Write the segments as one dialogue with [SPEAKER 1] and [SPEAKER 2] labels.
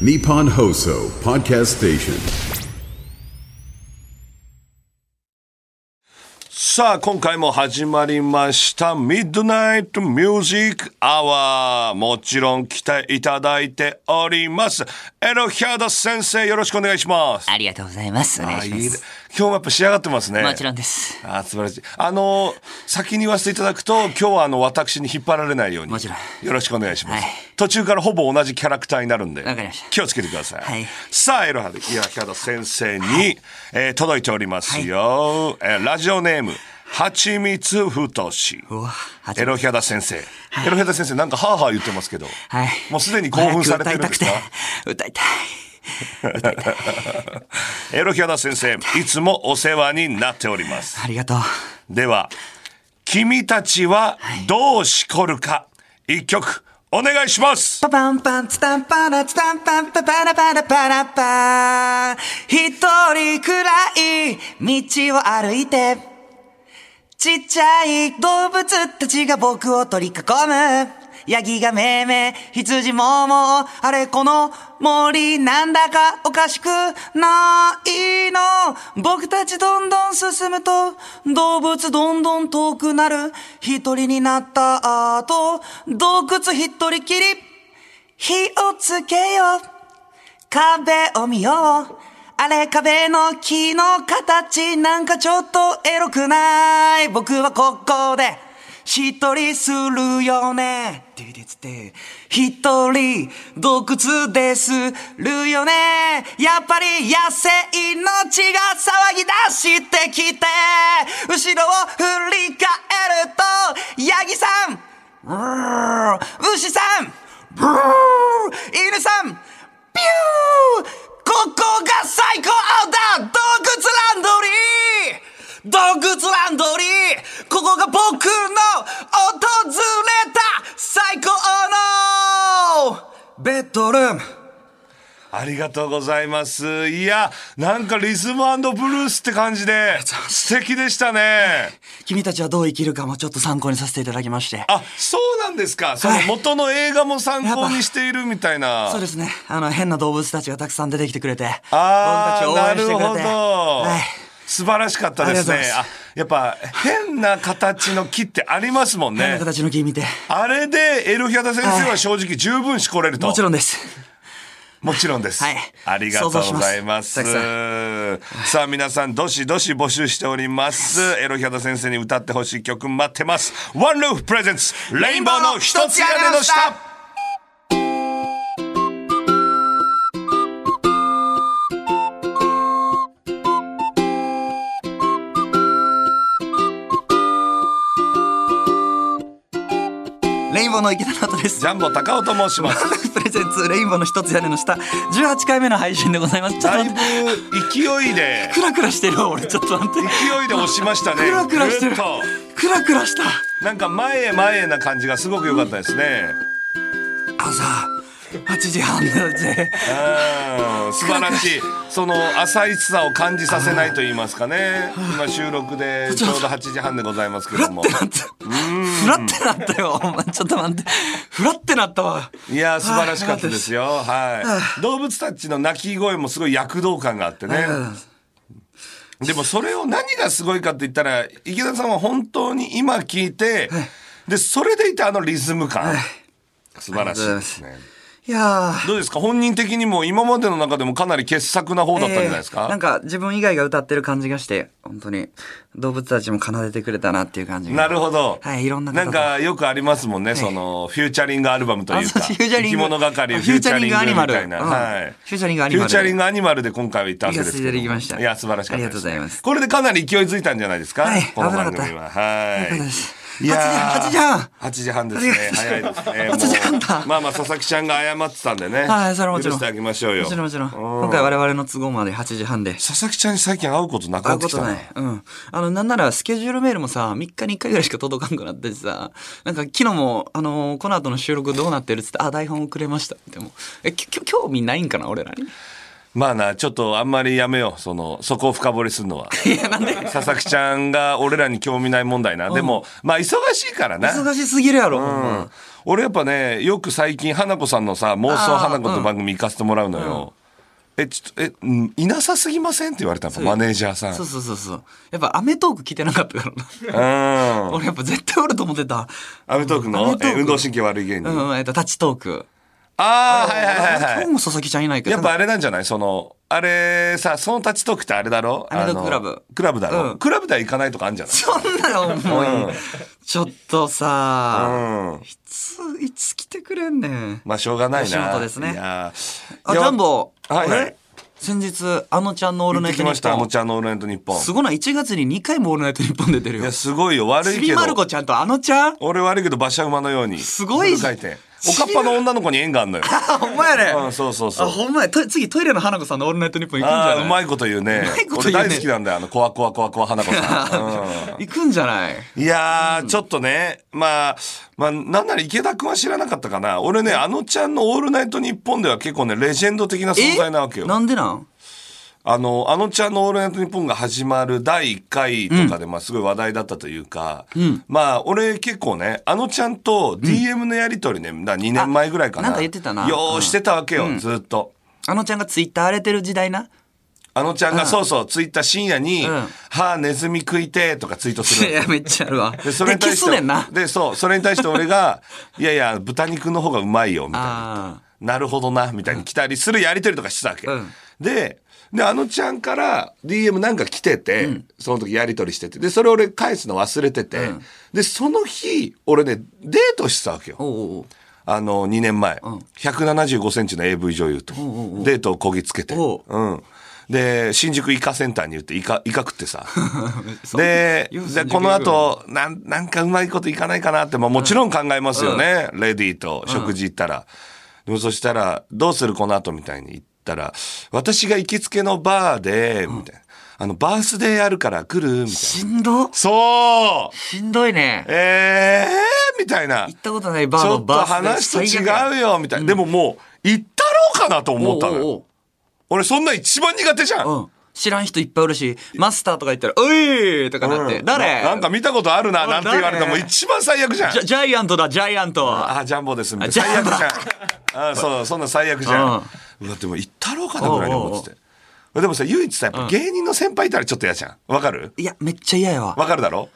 [SPEAKER 1] Nippon Hoso Podcast Station.
[SPEAKER 2] さあ、今回も始まりました。ミッドナイトミュージックアワー。もちろん来ていただいております。エロヒャダ先生、よろしくお願いします。
[SPEAKER 3] ありがとうございます。お願い
[SPEAKER 2] あい
[SPEAKER 3] し
[SPEAKER 2] い
[SPEAKER 3] ま
[SPEAKER 2] ね今
[SPEAKER 3] す。
[SPEAKER 2] 日もやっぱ仕上がってますね。
[SPEAKER 3] もちろんです。
[SPEAKER 2] あ素晴らしい。あのー先に言わせていただくと、今日はあの、私に引っ張られないように。
[SPEAKER 3] もちろん
[SPEAKER 2] よろしくお願いします。
[SPEAKER 3] はい
[SPEAKER 2] 途中からほぼ同じキャラクターになるんで。
[SPEAKER 3] わかりました
[SPEAKER 2] 気をつけてください。
[SPEAKER 3] はい
[SPEAKER 2] さあ、エロハで、いや、キャダ先生に、えー届いておりますよ。えーラジオネーム、はちみつふとし。
[SPEAKER 3] うわ、初
[SPEAKER 2] エロヒャダ先生。エロヒャダ先生、なんかハーハー言ってますけど。
[SPEAKER 3] はい。
[SPEAKER 2] もうすでに興奮されてるんですか
[SPEAKER 3] 早く歌いたくて。歌いたい。
[SPEAKER 2] エロヒャダ先生、いつもお世話になっております。
[SPEAKER 3] ありがとう。
[SPEAKER 2] では、君たちはどうしこるか、一曲お願いします。
[SPEAKER 3] パパンパンツタンパラツタンパンパパラパラパラパー一人くらい道を歩いてちっちゃい動物たちが僕を取り囲むヤギがめいめい羊ももうあれこの森なんだかおかしくないの僕たちどんどん進むと動物どんどん遠くなる一人になった後洞窟一人きり火をつけよう壁を見ようあれ壁の木の形なんかちょっとエロくない僕はここで一人するよねてれつて一人洞窟でするよねやっぱり野生の血が騒ぎ出してきて後ろを振り返るとヤギさんうー牛さんブー犬さんピューここが最高だ洞窟ランドリー洞窟ランドリーここが僕の訪れた最高のベッドルーム
[SPEAKER 2] ありがとうございます。いや、なんかリズムブルースって感じで、素敵でしたね。
[SPEAKER 3] 君たちはどう生きるかもちょっと参考にさせていただきまして。
[SPEAKER 2] あ、そうなんですか。その元の映画も参考にしているみたいな。
[SPEAKER 3] そうですね。あの、変な動物たちがたくさん出てきてくれて。
[SPEAKER 2] あ
[SPEAKER 3] 僕
[SPEAKER 2] ー
[SPEAKER 3] た
[SPEAKER 2] な
[SPEAKER 3] ちを
[SPEAKER 2] る
[SPEAKER 3] 応援してくれ
[SPEAKER 2] ほ
[SPEAKER 3] て。
[SPEAKER 2] ど
[SPEAKER 3] はい。
[SPEAKER 2] 素晴らしかったですね
[SPEAKER 3] ありがとうございま
[SPEAKER 2] あやっぱ変な形の木ってありますもん
[SPEAKER 3] 変な
[SPEAKER 2] ね
[SPEAKER 3] 形の木見て。
[SPEAKER 2] あれでエルヒャダ先生は正直十分しこれると
[SPEAKER 3] もちろんです。
[SPEAKER 2] もちろんです。
[SPEAKER 3] はい
[SPEAKER 2] ありがとうございます。
[SPEAKER 3] 想像し
[SPEAKER 2] さあ皆さん、どしどし募集しております。エロヒャダ先生に歌ってほしい曲待ってます。ワンルーフプレゼンツ、レインボーの一つ屋根の下。
[SPEAKER 3] レインボーの池田直人です
[SPEAKER 2] ジ。ャンボ高尾と申し ます。
[SPEAKER 3] プレゼンツレインボーの一つ屋根の下18回目の配信でございますちょっと
[SPEAKER 2] だい
[SPEAKER 3] 待っ
[SPEAKER 2] ぶ
[SPEAKER 3] て
[SPEAKER 2] 勢いで、
[SPEAKER 3] クラクラしてるわ俺ちょっと待って
[SPEAKER 2] 勢いで押しましたね。
[SPEAKER 3] クラクラしてる
[SPEAKER 2] ぐっと
[SPEAKER 3] クラクラした
[SPEAKER 2] なんか前へ前へな感じがすごく良かったですね。
[SPEAKER 3] 朝8時半だぜ
[SPEAKER 2] うん素晴らしいその浅いさを感じさせないと言いますかね今収録でちょうど8時半でございますけども
[SPEAKER 3] なってフラってなったよお前ちょっと待ってフラってなったわ
[SPEAKER 2] いやー素晴らしかったですよはい動物たちの鳴き声もすごい躍動感があってね
[SPEAKER 3] うん
[SPEAKER 2] でもそれを何がすごいかって言ったら池田さんは本当に今聞いてでそれでいてあのリズム感素晴らしいですね
[SPEAKER 3] いやー
[SPEAKER 2] どうですか本人的にも今までの中でもかなり傑作な方だったんじゃないです
[SPEAKER 3] えーな
[SPEAKER 2] か
[SPEAKER 3] んか自分以外が歌ってる感じがして本当に動物たちも奏でてくれたなっていう感じが
[SPEAKER 2] なるほど。
[SPEAKER 3] はいいろんな方
[SPEAKER 2] な
[SPEAKER 3] と
[SPEAKER 2] んかよくありますもんね、その、フューチャリングアルバムというか。
[SPEAKER 3] あそうフューチャリン
[SPEAKER 2] 生き
[SPEAKER 3] グ
[SPEAKER 2] 物係、
[SPEAKER 3] あフューチャリング
[SPEAKER 2] フュみたいな。
[SPEAKER 3] アニマル
[SPEAKER 2] は
[SPEAKER 3] う
[SPEAKER 2] い。
[SPEAKER 3] んフューチャリングアニマル
[SPEAKER 2] フューチャリングアニマルで今回は行ったわけですけども
[SPEAKER 3] 行かせていただきました
[SPEAKER 2] いや、素晴らしかったです
[SPEAKER 3] ありがとうございます
[SPEAKER 2] これでかなり勢いづいたんじゃないですか
[SPEAKER 3] はい
[SPEAKER 2] この番組は。はい。
[SPEAKER 3] よかったです
[SPEAKER 2] いやー
[SPEAKER 3] 8時半
[SPEAKER 2] 8時半ですね。早いです ね。
[SPEAKER 3] 8時半だ
[SPEAKER 2] もうまあまあ、佐々木ちゃんが謝ってたんでね。
[SPEAKER 3] はいそれはもちろ
[SPEAKER 2] 許し
[SPEAKER 3] ん
[SPEAKER 2] てあげましょうよ。
[SPEAKER 3] もちろんもちろん
[SPEAKER 2] う
[SPEAKER 3] 今回我々の都合まで8時半で
[SPEAKER 2] 佐々木ちゃんに最近会うことなくなっ
[SPEAKER 3] 会う
[SPEAKER 2] て
[SPEAKER 3] こ
[SPEAKER 2] きた
[SPEAKER 3] とない。うん。あの、なんならスケジュールメールもさ、3日に1回ぐらいしか届かんくなってさ、なんか昨日も、あのーこの後の収録どうなってるっつって、あ、台本遅れましたってもう。え、きょ興味ないんかな俺らに。
[SPEAKER 2] まあな、ちょっとあんまりやめよう。その、そこを深掘りする のは。佐々木ちゃんが俺らに興味ない問題な。でも、まあ忙しいからな。
[SPEAKER 3] 忙しすぎるやろ、ほんま
[SPEAKER 2] 俺やっぱねよく最近花子さんのさ「妄想花子」って番組行かせてもらうのよ、えちょっとえうんいなさすぎませんって言われたのマネージャーさん
[SPEAKER 3] そうそうそうそうやっぱ『アメトーーク』聞いてなかったからな
[SPEAKER 2] うん
[SPEAKER 3] 俺やっぱ絶対おると思ってた
[SPEAKER 2] アメトーク
[SPEAKER 3] ア
[SPEAKER 2] の
[SPEAKER 3] メトー
[SPEAKER 2] え
[SPEAKER 3] ク
[SPEAKER 2] 運動神経悪い芸人、
[SPEAKER 3] う
[SPEAKER 2] あ
[SPEAKER 3] ん、えっと、タッチトーク
[SPEAKER 2] あーはいはいはい
[SPEAKER 3] 今
[SPEAKER 2] は
[SPEAKER 3] 日も佐々木ちゃんいないけ
[SPEAKER 2] い
[SPEAKER 3] ど
[SPEAKER 2] やっぱあれなんじゃないそのあれさその立ちトークってあれだろ
[SPEAKER 3] アメトーク
[SPEAKER 2] あの
[SPEAKER 3] クラブ
[SPEAKER 2] クラブだろ、
[SPEAKER 3] うん
[SPEAKER 2] クラブでは行かないとかあるんじゃ ない
[SPEAKER 3] そんなの重い、ちょっとさ、
[SPEAKER 2] うん
[SPEAKER 3] いついつ来てくれんねん
[SPEAKER 2] まあしょうがないな
[SPEAKER 3] 吉本ですね
[SPEAKER 2] いやー
[SPEAKER 3] あ
[SPEAKER 2] い
[SPEAKER 3] ジ
[SPEAKER 2] や
[SPEAKER 3] ャンボ
[SPEAKER 2] はいはい
[SPEAKER 3] あれ先日あのちゃんの「オール
[SPEAKER 2] 行っ
[SPEAKER 3] ナ
[SPEAKER 2] て
[SPEAKER 3] イト
[SPEAKER 2] き
[SPEAKER 3] ニ
[SPEAKER 2] ましたあ
[SPEAKER 3] ッポ
[SPEAKER 2] の
[SPEAKER 3] ン
[SPEAKER 2] ちゃんの「オールナイトニッポン」」
[SPEAKER 3] すごない1月に2回も「オールナイトニッポン」出てる
[SPEAKER 2] い
[SPEAKER 3] よ
[SPEAKER 2] やすごいよ悪い
[SPEAKER 3] ち
[SPEAKER 2] け
[SPEAKER 3] び
[SPEAKER 2] ど
[SPEAKER 3] まる子ちゃんとあのちゃん
[SPEAKER 2] 俺悪いけど馬車馬のように
[SPEAKER 3] すごい
[SPEAKER 2] フル回転おかっぱの女の子に縁があんのよ
[SPEAKER 3] あほんまやね
[SPEAKER 2] うんそうそうそ
[SPEAKER 3] あ
[SPEAKER 2] う
[SPEAKER 3] ほんまやと次トイレの花子さんの「オールナイトニッポン」行くんじゃ
[SPEAKER 2] あ
[SPEAKER 3] な
[SPEAKER 2] あ
[SPEAKER 3] いう
[SPEAKER 2] まいこと言うね
[SPEAKER 3] うまいこと言
[SPEAKER 2] 俺
[SPEAKER 3] うね
[SPEAKER 2] 大好きなんだよあのコアコアコアコア花子 さん、うん
[SPEAKER 3] 行くんじゃない
[SPEAKER 2] いやー、ちょっとね、まあ、まあ、なんなら池田くんは知らなかったかな。俺ね、あのちゃんのオールナイトニッポンでは結構ね、レジェンド的な存在なわけよ。
[SPEAKER 3] なんでなん
[SPEAKER 2] あの、あのちゃんのオールナイトニッポンが始まる第1回とかで、まあ、すごい話題だったというか、まあ、俺結構ね、あのちゃんと DM のやりとりね、だ2年前ぐらいかな。
[SPEAKER 3] あなんか言ってたな
[SPEAKER 2] よ
[SPEAKER 3] う
[SPEAKER 2] うんしてたわけよ、ずっと。
[SPEAKER 3] あのちゃんがツイッター荒れてる時代な
[SPEAKER 2] あのちゃんが、そうそう、ツイッター深夜に、
[SPEAKER 3] うん
[SPEAKER 2] はあ、ネズミ食いて、とかツイートす
[SPEAKER 3] い
[SPEAKER 2] るわ
[SPEAKER 3] や
[SPEAKER 2] け。
[SPEAKER 3] めっちゃあるわ
[SPEAKER 2] で、それに対
[SPEAKER 3] でキ
[SPEAKER 2] し
[SPEAKER 3] スねんな
[SPEAKER 2] て、で、そう、それに対して俺が、いやいや、豚肉の方がうまいよ、みたいな。
[SPEAKER 3] あ
[SPEAKER 2] なるほどな、みたいに来たりするやりとりとかしてたわけ。
[SPEAKER 3] うん
[SPEAKER 2] で、で、あのちゃんから DM なんか来てて、その時やりとりしてて、で、それ俺返すの忘れてて、
[SPEAKER 3] うん
[SPEAKER 2] で、その日、俺ね、デートしてたわけ
[SPEAKER 3] ーお
[SPEAKER 2] よ。
[SPEAKER 3] うお う
[SPEAKER 2] あの、2年前。
[SPEAKER 3] ん
[SPEAKER 2] 175センチの AV 女優と、デートをこぎつけて。
[SPEAKER 3] おう
[SPEAKER 2] うん。で、新宿イカセンターに行って、イカ、イカ食って さ。
[SPEAKER 3] おう
[SPEAKER 2] で
[SPEAKER 3] よう
[SPEAKER 2] でこの後なんなんかうまいこといかないかなって、まあ、もちろん考えますよね、レディーと食事行ったら、でもそしたら「どうするこの後みたいに言ったら「私が行きつけのバーで」みたいな、あの「バースデーあるから来る」みたいな
[SPEAKER 3] しんど
[SPEAKER 2] そう
[SPEAKER 3] しんどいね
[SPEAKER 2] えー、みたいな
[SPEAKER 3] 行ったことないバー
[SPEAKER 2] ちょ
[SPEAKER 3] の
[SPEAKER 2] っと
[SPEAKER 3] バースデー
[SPEAKER 2] 話と
[SPEAKER 3] 最悪や
[SPEAKER 2] 違うよみたいな、でももう行ったろうかなと思ったのよ
[SPEAKER 3] おうおう
[SPEAKER 2] 俺そんなん一番苦手じゃん、
[SPEAKER 3] おううん知らん人いっぱいおるしマスターとか言ったら「おい!」とかなって「誰
[SPEAKER 2] ななんか見たことあるな
[SPEAKER 3] おい
[SPEAKER 2] なんて言われても
[SPEAKER 3] 誰
[SPEAKER 2] 一番最悪じゃん
[SPEAKER 3] ジャジャイアントだジャイアント」
[SPEAKER 2] あ、ジャンボですみたいな。
[SPEAKER 3] ジ
[SPEAKER 2] 最
[SPEAKER 3] ャン
[SPEAKER 2] 悪
[SPEAKER 3] ボ
[SPEAKER 2] じゃん。あ、そう、そんな最悪じゃん。うわ、でも行ったろうかなぐらいに思ってて。でもさ、唯一さ、やっぱ芸人の先輩いたらちょっと嫌じゃん。わかる
[SPEAKER 3] いやめっちゃ嫌やわ
[SPEAKER 2] わかるだろ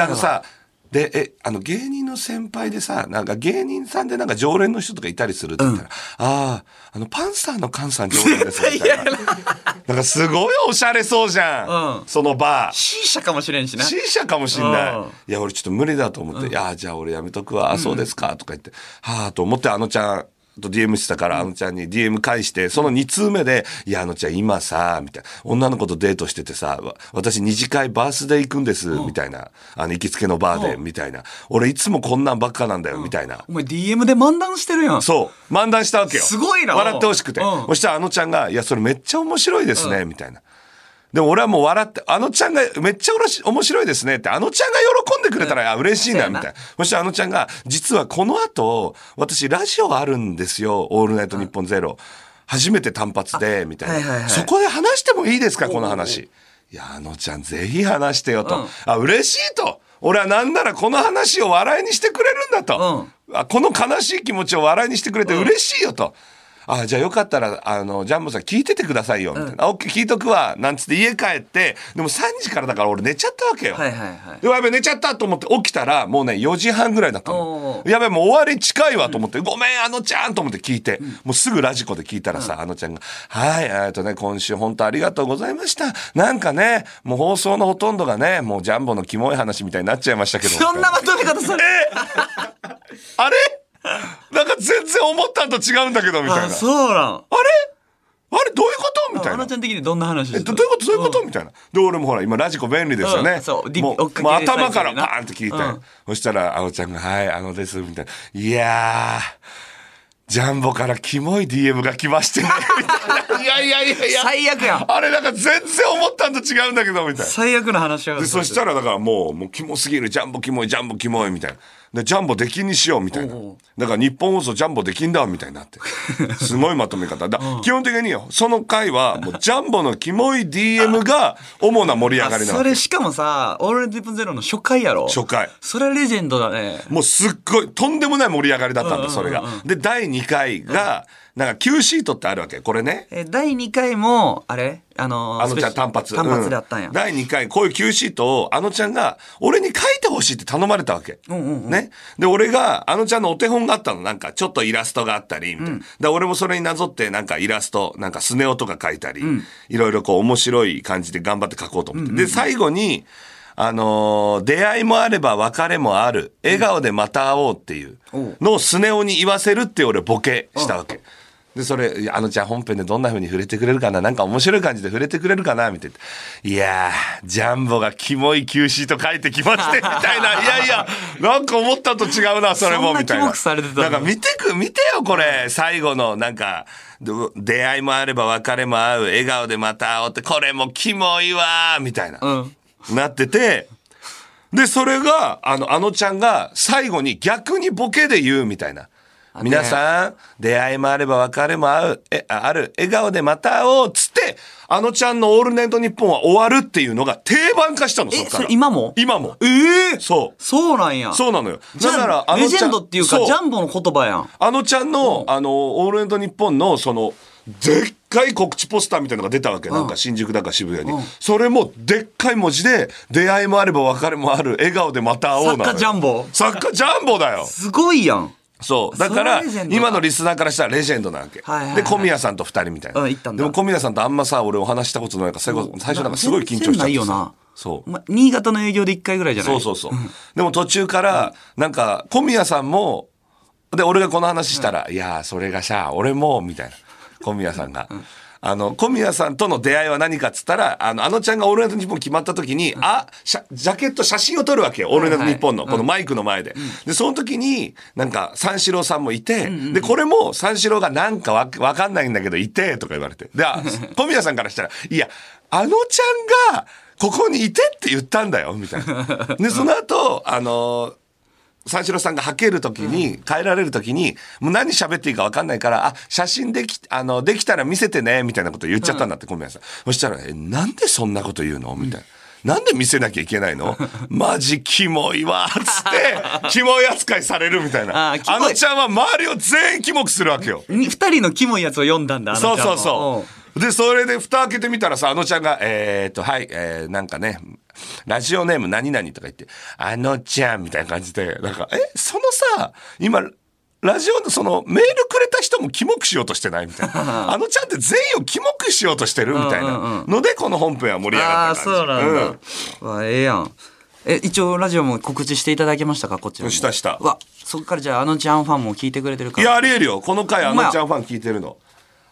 [SPEAKER 2] で、
[SPEAKER 3] だ
[SPEAKER 2] あのさ、で、え、あの芸人の先輩でさ、なんか芸人さんでなんか常連の人とかいたりするって言ったら、ああ、あのパンサーの菅さん常連です みたいな。なんかすごいおしゃれそうじゃん。
[SPEAKER 3] うん
[SPEAKER 2] そのバー。
[SPEAKER 3] C 社かもしれんしな
[SPEAKER 2] C 社かもしんない、
[SPEAKER 3] うん
[SPEAKER 2] いや俺ちょっと無理だと思って「いやじゃあ俺やめとくわ、あそうですか」とか言って「はあ」と思ってあのちゃんと DM してたから、あのちゃんに DM 返してその2通目で「いやあのちゃん今さ」みたいな「女の子とデートしててさわ私二次会バースデー行くんです」みたいな「あの行きつけのバーで」みたいな「俺いつもこんなんばっかなんだよ」みたいな。
[SPEAKER 3] お前 DM で漫談してるやん
[SPEAKER 2] そう漫談したわけよ
[SPEAKER 3] すごいな
[SPEAKER 2] 笑ってほしくて、
[SPEAKER 3] うん
[SPEAKER 2] そしたらあのちゃんが「いやそれめっちゃ面白いですね」みたいなでも俺はもう笑って「あのちゃんがめっちゃおろし面白いですね」ってあのちゃんが喜んでくれたら、あ嬉しいな
[SPEAKER 3] そうや
[SPEAKER 2] み
[SPEAKER 3] な
[SPEAKER 2] たいなそしたらあのちゃんが「実はこの後私ラジオあるんですよ『オールナイトニッポンゼロ、初めて単発で」みたいな、
[SPEAKER 3] はいはいはい
[SPEAKER 2] そこで話してもいいですかこの話」いやあのちゃんぜひ話してよと、
[SPEAKER 3] うん
[SPEAKER 2] あ嬉しいと俺はなんならこの話を笑いにしてくれるんだと、
[SPEAKER 3] うん
[SPEAKER 2] あこの悲しい気持ちを笑いにしてくれて嬉しいよと。あじゃあよかったらあのジャンボさん聞いててくださいよみたいな「あオッケー聞いとくわ」なんつって家帰ってでも3時からだから俺寝ちゃったわけよ。
[SPEAKER 3] はいはいはい
[SPEAKER 2] でやべ寝ちゃったと思って起きたらもうね4時半ぐらいだったの
[SPEAKER 3] おー
[SPEAKER 2] やべもう終わり近いわと思って「ごめんあのちゃん」と思って聞いて、もうすぐラジコで聞いたらさ、あのちゃんが「はいえっとね今週本当ありがとうございましたなんかねもう放送のほとんどがねもうジャンボのキモい話みたいになっちゃいましたけど」
[SPEAKER 3] そんなまとめ方され
[SPEAKER 2] あれなんか全然思ったんと違うんだけどみたいな。あ
[SPEAKER 3] あそうなん
[SPEAKER 2] れあれどういうことみた
[SPEAKER 3] あ
[SPEAKER 2] い
[SPEAKER 3] の
[SPEAKER 2] な
[SPEAKER 3] ち。ゃん的にどんな話し
[SPEAKER 2] え
[SPEAKER 3] てた
[SPEAKER 2] どどういうことどういうことみたいな。で、俺もほら、今ラジコ便利ですよ
[SPEAKER 3] う
[SPEAKER 2] ね
[SPEAKER 3] んそう。リ
[SPEAKER 2] も
[SPEAKER 3] 追っ
[SPEAKER 2] う
[SPEAKER 3] かけ
[SPEAKER 2] もう
[SPEAKER 3] サイズでな
[SPEAKER 2] 頭からパーンって聞いて、
[SPEAKER 3] うん
[SPEAKER 2] そしたら、あのちゃんが、はい、あのです、みたいな。いやー、ジャンボからキモい DM が来ましてね、みたいな。いやいやいやいや。
[SPEAKER 3] 最悪やん
[SPEAKER 2] あれなんか全然思ったんと違うんだけど、みたいな。
[SPEAKER 3] 最悪の話し合わ
[SPEAKER 2] で
[SPEAKER 3] せ
[SPEAKER 2] そしたらだからもうもうキモすぎるジャンボキモいジャンボキモいみたいなでジャンボ出禁にしようみたいなだから日本放送ジャンボ出禁だみたいに なってすごいまとめ方だ基本的によその回はもうジャンボのキモい DM が主な盛り上がりな
[SPEAKER 3] そ
[SPEAKER 2] の
[SPEAKER 3] れしかもさ、オールディープゼロの初回やろ
[SPEAKER 2] 初回
[SPEAKER 3] それはレジェンドだね。
[SPEAKER 2] もうすっごいとんでもない盛り上がりだったんだそれがで第2回がなんか Q シートってあるわけこれね
[SPEAKER 3] え、第2回も、あれあのー、
[SPEAKER 2] あのちゃん
[SPEAKER 3] スペシ
[SPEAKER 2] 単発。
[SPEAKER 3] 単発であったん
[SPEAKER 2] う
[SPEAKER 3] や。
[SPEAKER 2] 第2回、こういう Q シートを、あのちゃんが、俺に書いてほしいって頼まれたわけ。ね。で、俺が、あのちゃんのお手本があったの。なんか、ちょっとイラストがあったり、みたいな。で、俺もそれになぞって、なんかイラスト、なんかスネ夫とか書いたり、いろいろこう、面白い感じで頑張って書こうと思って。で、最後に、あのー出会いもあれば別れもある。笑顔でまた会おうっていうのをスネ夫に言わせるって俺ボケしたわけ。で、それ、いやあのちゃん本編でどんな風に触れてくれるかななんか面白い感じで触れてくれるかなみたいな。いやー、ジャンボがキモい Q シート書いてきま して、みたいな。いやいや、なんか思ったと違うな、それも、
[SPEAKER 3] そんな
[SPEAKER 2] みたい
[SPEAKER 3] キ
[SPEAKER 2] な。
[SPEAKER 3] モくされてたの
[SPEAKER 2] なんか見てく、見てよ、これ。最後の、なんか、ど出会いもあれば別れも合う。笑顔でまた会おうって、これもキモいわー、みたいな。
[SPEAKER 3] うん。
[SPEAKER 2] なってて、で、それが、あの、あのちゃんが最後に逆にボケで言うみたいな。皆さん、出会いもあれば別れも会う、え、あある、笑顔でまた会おう、つって、あのちゃんのオールナイトニッポンは終わるっていうのが定番化したの、
[SPEAKER 3] え、
[SPEAKER 2] っか
[SPEAKER 3] そ
[SPEAKER 2] ら
[SPEAKER 3] れ今も
[SPEAKER 2] 今も。
[SPEAKER 3] ええ
[SPEAKER 2] そう。
[SPEAKER 3] そうなんや。
[SPEAKER 2] そうなのよ。
[SPEAKER 3] じゃ
[SPEAKER 2] だ
[SPEAKER 3] あ
[SPEAKER 2] から、あ
[SPEAKER 3] レ
[SPEAKER 2] の
[SPEAKER 3] ジ
[SPEAKER 2] ち
[SPEAKER 3] ェ
[SPEAKER 2] ゃ
[SPEAKER 3] ン
[SPEAKER 2] ん。
[SPEAKER 3] ドっていうか、
[SPEAKER 2] そ
[SPEAKER 3] ジャンボの言葉やん。
[SPEAKER 2] あのちゃんの、あの、オールエンド日本の、その、でっかい告知ポスターみたいなのが出たわけ。なんか新宿だか渋谷に。それも、でっかい文字で、出会いもあれば別れもある、笑顔でまた会おうなのよ。
[SPEAKER 3] サッカージャンボ
[SPEAKER 2] 作家ジャンボだよ。
[SPEAKER 3] すごいやん。
[SPEAKER 2] そう。だから
[SPEAKER 3] それはレジェン、ドだ
[SPEAKER 2] 今のリスナーからしたらレジェンドなわけ。
[SPEAKER 3] はいはいはい
[SPEAKER 2] で、小宮さんと二人みたいな。
[SPEAKER 3] うん行ったん
[SPEAKER 2] で
[SPEAKER 3] だ
[SPEAKER 2] も小宮さんとあんまさ、俺お話したことないから、最後、最初なんかすごい緊張しちゃって
[SPEAKER 3] 全然
[SPEAKER 2] さ
[SPEAKER 3] ないよな。
[SPEAKER 2] そう。
[SPEAKER 3] ま、新潟の営業で1回ぐらいじゃない
[SPEAKER 2] そうそうそう。でも途中から、なんか、小宮さんも、で、俺がこの話したら、いやー、それがさ、俺も、みたいな。小宮さんが。あの、小宮さんとの出会いは何かっつったら、あの、あのちゃんがオールナイトニッポン決まった時に、あ、しゃジャケット写真を撮るわけよ。オールナイトニッポンの、このマイクの前で。で、その時に、なんか、三四郎さんもいて、で、これも三四郎がなんかわわかんないんだけど、いて、とか言われて。で、 あ小宮さんからしたら、いや、あのちゃんが、ここにいてって言ったんだよ、みたいな。で、その後、あの三四郎さんがはけるときに、帰られるときに、もう何喋っていいか分かんないから、あ、写真でき、あの、できたら見せてね、みたいなこと言っちゃったんだって、小宮さん。そしたら、え、なんでそんなこと言うのみたいな。なんで見せなきゃいけない のマジキモいわつって、キモい扱いされるみたいな。
[SPEAKER 3] あ
[SPEAKER 2] あ
[SPEAKER 3] ーキモい
[SPEAKER 2] のちゃんは周りを全員キモくするわけよ。
[SPEAKER 3] に二人のキモいやつを読んだんだ。あの
[SPEAKER 2] そう
[SPEAKER 3] ジャン
[SPEAKER 2] そ
[SPEAKER 3] ボ
[SPEAKER 2] うそう。で、それで蓋開けてみたらさ、あのちゃんが、えーっと、はい、えー、なんかね、ラジオネーム何々とか言って、あのちゃんみたいな感じで、なんか、え、そのさ、今、ラジオのそのメールくれた人もキモくしようとしてないみたい な。あのちゃんって全員をキモくしようとしてるみたい
[SPEAKER 3] うんうん
[SPEAKER 2] なので、この本編は盛り上
[SPEAKER 3] あ
[SPEAKER 2] が
[SPEAKER 3] あ、
[SPEAKER 2] った感
[SPEAKER 3] そうなん
[SPEAKER 2] じ。
[SPEAKER 3] だ。わあ、ええやん。え、一応ラジオも告知していただけましたかこっちらも。
[SPEAKER 2] したした
[SPEAKER 3] うわ、そっからじゃああのちゃんファンも聞いてくれてるか
[SPEAKER 2] い
[SPEAKER 3] ら。
[SPEAKER 2] や、ありえるよ。この回、あ
[SPEAKER 3] んまや
[SPEAKER 2] のちゃんファン聞いてるの。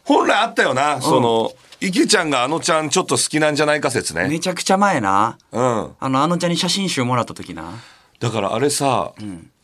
[SPEAKER 2] 本来あったよな、その、池ちゃんがあのちゃんちょっと好きなんじゃないか説ね。
[SPEAKER 3] めちゃくちゃ前な。
[SPEAKER 2] うん。
[SPEAKER 3] あの、あのちゃんに写真集もらった時な。
[SPEAKER 2] だからあれさ、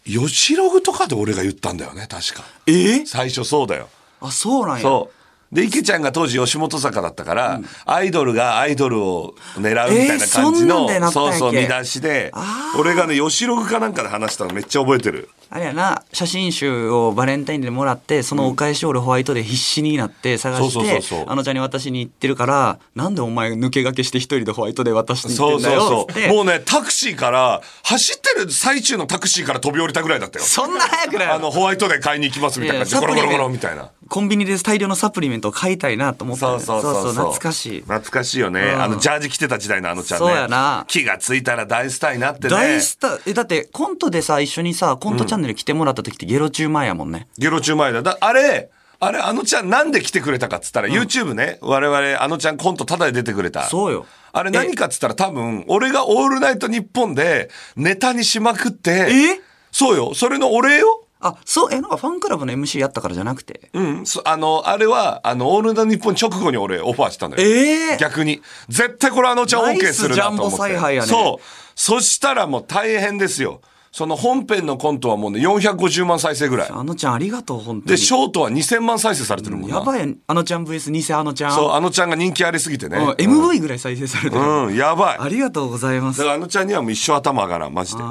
[SPEAKER 2] ヨシログとかで俺が言ったんだよね確か
[SPEAKER 3] え
[SPEAKER 2] 最初そうだよ
[SPEAKER 3] あ、そうなんや。
[SPEAKER 2] そうで池ちゃんが当時吉本坂だったから、アイドルがアイドルを狙うみたいな感じ
[SPEAKER 3] えーそんなん
[SPEAKER 2] の、
[SPEAKER 3] でなった
[SPEAKER 2] そう
[SPEAKER 3] んやっけ
[SPEAKER 2] そう見出しで俺がねヨシログかなんかで話したのめっちゃ覚えてる
[SPEAKER 3] あれやな、写真集をバレンタインでもらって、そのお返しを俺ホワイトで必死になって探
[SPEAKER 2] そうそうそう
[SPEAKER 3] し
[SPEAKER 2] そう
[SPEAKER 3] て、あのちゃんに渡しに行ってるから、なんでお前抜け駆けして一人でホワイトで渡しに
[SPEAKER 2] そ
[SPEAKER 3] 行って
[SPEAKER 2] うん
[SPEAKER 3] だ
[SPEAKER 2] そうそ
[SPEAKER 3] よっ
[SPEAKER 2] う
[SPEAKER 3] て。
[SPEAKER 2] もうねタクシーから走ってる最中のタクシーから飛び降りたぐらいだったよ
[SPEAKER 3] そんな早くない
[SPEAKER 2] あのホワイトで買いに行きますみたいな感じで
[SPEAKER 3] い
[SPEAKER 2] ゴ
[SPEAKER 3] やサ
[SPEAKER 2] ロゴ
[SPEAKER 3] プリメン
[SPEAKER 2] ロゴロみたいな
[SPEAKER 3] コンビニで大量のサプリメントを買いたいなと思った
[SPEAKER 2] そ
[SPEAKER 3] の
[SPEAKER 2] う
[SPEAKER 3] よ
[SPEAKER 2] そうそうそう
[SPEAKER 3] 懐かしい
[SPEAKER 2] 懐かしいよね、
[SPEAKER 3] うん
[SPEAKER 2] あのジャージ着てた時代のあのちゃんね
[SPEAKER 3] そうやな
[SPEAKER 2] 気がついたら大スターになってね
[SPEAKER 3] 大スターえだってコントでさ一緒にさコントチャンネル来てもらった時ってゲロ中前やもんね、
[SPEAKER 2] ゲロ中前だだあれあれあのちゃんなんで来てくれたかっつったら、YouTube ね我々あのちゃんコントタダで出てくれた
[SPEAKER 3] そうよ
[SPEAKER 2] あれ何かっつったら多分俺が「オールナイトニッポン」でネタにしまくって
[SPEAKER 3] え
[SPEAKER 2] そうよそれのお礼よ
[SPEAKER 3] あそうえなんかファンクラブの MC やったからじゃなくて
[SPEAKER 2] うん、そあの、あれは、あの、オールナイトニッポン直後に俺オファーしたのよ。
[SPEAKER 3] ええ
[SPEAKER 2] 逆に。絶対これあのちゃん
[SPEAKER 3] ナイ
[SPEAKER 2] OK
[SPEAKER 3] ス
[SPEAKER 2] するなと思って。
[SPEAKER 3] ジャンボ采配やね
[SPEAKER 2] そう。そしたらもう大変ですよ。その本編のコントはもうね、450万再生ぐらい。
[SPEAKER 3] あのちゃんありがとう本当
[SPEAKER 2] で、
[SPEAKER 3] に
[SPEAKER 2] ショートは2000万再生されてるもんな。
[SPEAKER 3] やばいあのちゃん VS 偽あのちゃん
[SPEAKER 2] そう、あのちゃんが人気ありすぎてね。
[SPEAKER 3] うん MV ぐらい再生されてる、
[SPEAKER 2] うん、やばい。
[SPEAKER 3] ありがとうございま
[SPEAKER 2] だ
[SPEAKER 3] す
[SPEAKER 2] からあのちゃんにはもう一生頭上がらん、マジで。
[SPEAKER 3] あ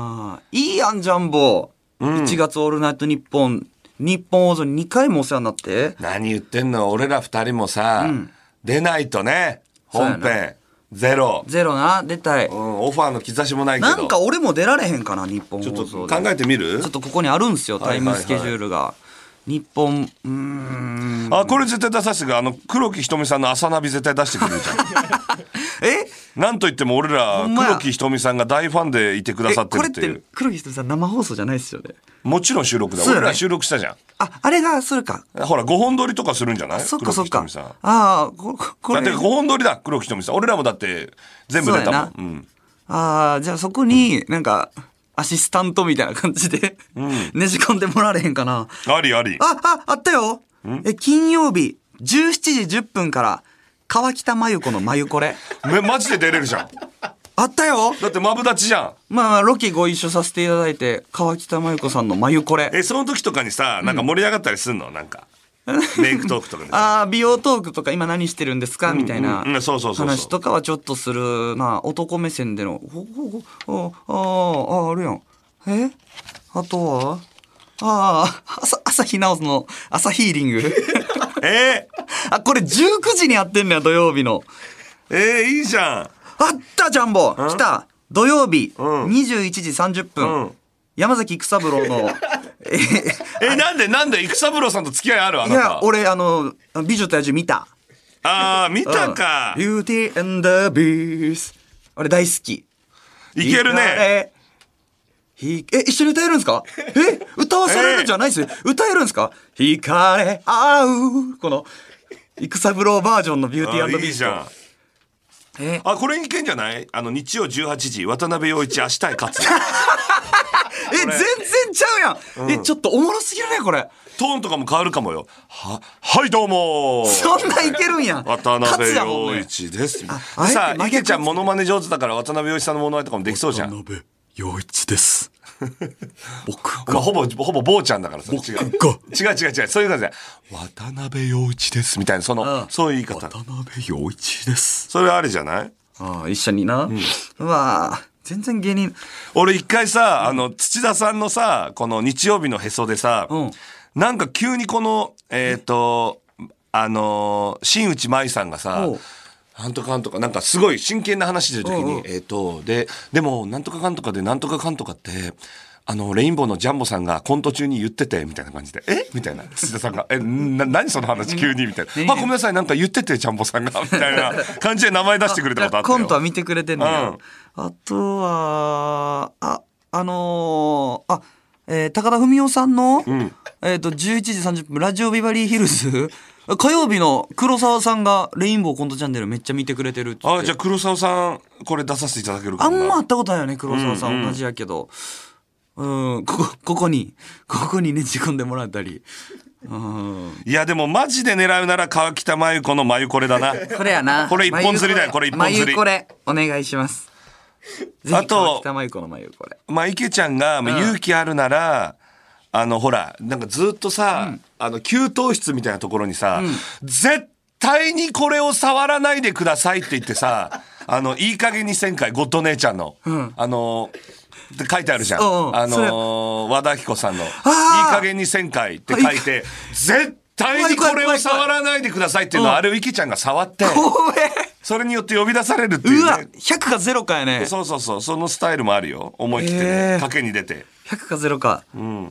[SPEAKER 3] ーいいやんジャンボ1月オールナイトニッポン、日本放送に2回もお世話になって、
[SPEAKER 2] 何言ってんの俺ら二人もさ、出ないとね本
[SPEAKER 3] そうや
[SPEAKER 2] 編ゼロ、
[SPEAKER 3] ゼロな、出たい
[SPEAKER 2] うん、。オファーの兆しもないけど
[SPEAKER 3] なんか俺も出られへんかな、日本
[SPEAKER 2] ちょっ
[SPEAKER 3] 放
[SPEAKER 2] と
[SPEAKER 3] 送
[SPEAKER 2] 考
[SPEAKER 3] で。
[SPEAKER 2] えてみる
[SPEAKER 3] ちょっとここにあるんですよ、
[SPEAKER 2] は
[SPEAKER 3] タ
[SPEAKER 2] い
[SPEAKER 3] イ
[SPEAKER 2] はいは
[SPEAKER 3] ム
[SPEAKER 2] い
[SPEAKER 3] スケジュールが。日本、うーん。
[SPEAKER 2] あこれ絶対出させてくれあの黒木ひとみさんの朝ナビ絶対出してくれるじゃ
[SPEAKER 3] え
[SPEAKER 2] んなんといっても俺ら
[SPEAKER 3] ほんまや
[SPEAKER 2] 黒木ひとみさんが大ファンでいてくだ
[SPEAKER 3] え
[SPEAKER 2] さって
[SPEAKER 3] こ
[SPEAKER 2] る
[SPEAKER 3] れ
[SPEAKER 2] っ
[SPEAKER 3] って
[SPEAKER 2] いう
[SPEAKER 3] て黒木ひとみさん生放送じゃないですよね。
[SPEAKER 2] もちろん収録だ
[SPEAKER 3] そうだね
[SPEAKER 2] 俺ら収録したじゃん
[SPEAKER 3] あ、あれが、それか。
[SPEAKER 2] ほら5本撮りとかするんじゃない
[SPEAKER 3] そっか
[SPEAKER 2] 黒
[SPEAKER 3] そっか
[SPEAKER 2] 木ひとみさん。
[SPEAKER 3] ああ、こここ
[SPEAKER 2] だっ
[SPEAKER 3] れ。
[SPEAKER 2] て5本撮りだ黒木ひとみさん俺らもだって全部出たもん
[SPEAKER 3] そううや
[SPEAKER 2] ん
[SPEAKER 3] ああ、じゃあそこになんか、アシスタントみたいな感じで、ねじ込んでもらえへんかな。
[SPEAKER 2] ありあり
[SPEAKER 3] あ、あ、あったよえ、金曜日、17時10分から、川北真由子の真由これ。
[SPEAKER 2] めマジで出れるじゃん
[SPEAKER 3] あったよ
[SPEAKER 2] だってマブダチじゃん
[SPEAKER 3] まあまあ、ロケご一緒させていただいて、川北真由子さんの真由これ。
[SPEAKER 2] えその時とかにさなんか盛り上がったりすんのなんかメイクトークとかでさ
[SPEAKER 3] ああ、美容トークとか今何してるんですかみたいな
[SPEAKER 2] うんうんそうそうそうそう
[SPEAKER 3] 話とかはちょっとするな。男目線での、ほほほ、ああ、ああ、あるやん。えあとはああ、朝、朝日直すの、朝ヒーリング。
[SPEAKER 2] え
[SPEAKER 3] あ、これ19時にやってんねや、土曜日の。
[SPEAKER 2] ー、えー、いいじゃん
[SPEAKER 3] あった、ジャンボ来た土曜日、
[SPEAKER 2] ん
[SPEAKER 3] 21時30分。
[SPEAKER 2] うん
[SPEAKER 3] 山崎育三 郎の、え
[SPEAKER 2] えなんでなんで育三郎さんと付き合いあるあ
[SPEAKER 3] い
[SPEAKER 2] なた
[SPEAKER 3] や、俺、あの、美女と野獣見た。
[SPEAKER 2] あー見たか
[SPEAKER 3] ビューティーンドビース。あれ大好き。
[SPEAKER 2] いけるね
[SPEAKER 3] えひえ、一緒に歌えるんで すかえ歌わされるんじゃないですよ。歌えるんですか惹かれ合う。この、育三郎バージョンのビューティ
[SPEAKER 2] あ
[SPEAKER 3] ービースト。
[SPEAKER 2] いいじゃん
[SPEAKER 3] え
[SPEAKER 2] あこれいけんじゃないあの日曜18時渡辺陽一明日へ勝 つ
[SPEAKER 3] え、全然ちゃうやん、え、ちょっとおもろすぎるね、これ。
[SPEAKER 2] トーンとかも変わるかもよははいどうも
[SPEAKER 3] そんなんいけるんやん。
[SPEAKER 2] 渡辺
[SPEAKER 3] 勝つやもん
[SPEAKER 2] 陽
[SPEAKER 3] ね
[SPEAKER 2] 一です。で
[SPEAKER 3] あえて
[SPEAKER 2] さ
[SPEAKER 3] 真
[SPEAKER 2] あ、
[SPEAKER 3] 逆
[SPEAKER 2] 池ちゃんモノマネ上手だから渡辺陽一さんのモノマネとかもできそうじゃん。
[SPEAKER 1] 鍋陽一です。僕
[SPEAKER 2] まあ、ほぼ、ほぼ坊ちゃんだからさ。違う。違う
[SPEAKER 1] が
[SPEAKER 2] 違う違う。そういう感じで、渡辺陽一です。みたいな、その、
[SPEAKER 3] うん
[SPEAKER 2] そういう言い方
[SPEAKER 1] 渡。辺陽一です。
[SPEAKER 2] それあれじゃない
[SPEAKER 3] ああ、一緒にな。うわあ、全然芸人。
[SPEAKER 2] 俺一回さ、あの、土田さんのさ、この日曜日のへそでさ、
[SPEAKER 3] うん
[SPEAKER 2] なんか急にこの、えっ、と、あのー新内舞さんがさ
[SPEAKER 3] おう、
[SPEAKER 2] なんとかかんとか、なんかすごい真剣な話してる時に、
[SPEAKER 3] うんうん
[SPEAKER 2] えっ、と、で、でも、なんとかかんとかで、なんとかかんとかって、あの、レインボーのジャンボさんがコント中に言ってて、みたいな感じで、えみたいな。土田さんが、え、な、何その話急にみたいな。あ、ごめんなさい、なんか言ってて、ジャンボさんが、みたいな感じで名前出してくれたことあったよ。
[SPEAKER 3] コントは見てくれてんねや、あとはああのーあえー高田文雄さんの、えー、と11時30分ラジオビバリーヒルズ火曜日の黒沢さんが「レインボーコントチャンネル」めっちゃ見てくれてるって言って
[SPEAKER 2] あ、じゃあ黒沢さん、これ出させていただけるか
[SPEAKER 3] あ
[SPEAKER 2] なん
[SPEAKER 3] ま会ったことないよね黒沢さん同じやけど、うんここここにここにねじ込んでもらったり、うん、
[SPEAKER 2] いやでもマジで狙うなら川北真由子の真由これだな。
[SPEAKER 3] これやな
[SPEAKER 2] これ一本釣りだよこれ一本釣り
[SPEAKER 3] 眉これお願いしますぜ
[SPEAKER 2] あ
[SPEAKER 3] ひ
[SPEAKER 2] と
[SPEAKER 3] 川北舞子の眉これ
[SPEAKER 2] まあ池ちゃんがまあ勇気あるなら、あのほらなんかずっとさ、あの給湯室みたいなところにさ、絶対にこれを触らないでくださいって言ってさ、 あのいい加減に1000回ゴッド姉ちゃんの、あのって書いてあるじゃん。
[SPEAKER 3] うんうん
[SPEAKER 2] あ
[SPEAKER 3] それ
[SPEAKER 2] の和田アキ子さんのいい
[SPEAKER 3] ー
[SPEAKER 2] 加減に1000回って書いて、絶対にこれを触らないでくださいっていうのをあれを池ちゃんが触って、
[SPEAKER 3] 怖え
[SPEAKER 2] それによって呼び出されるっていうう
[SPEAKER 3] わ
[SPEAKER 2] ね。
[SPEAKER 3] 100か0かやね
[SPEAKER 2] そうそうそうそのスタイルもあるよ思い切って
[SPEAKER 3] へ
[SPEAKER 2] ね
[SPEAKER 3] ー
[SPEAKER 2] 賭けに出て
[SPEAKER 3] 100か0か、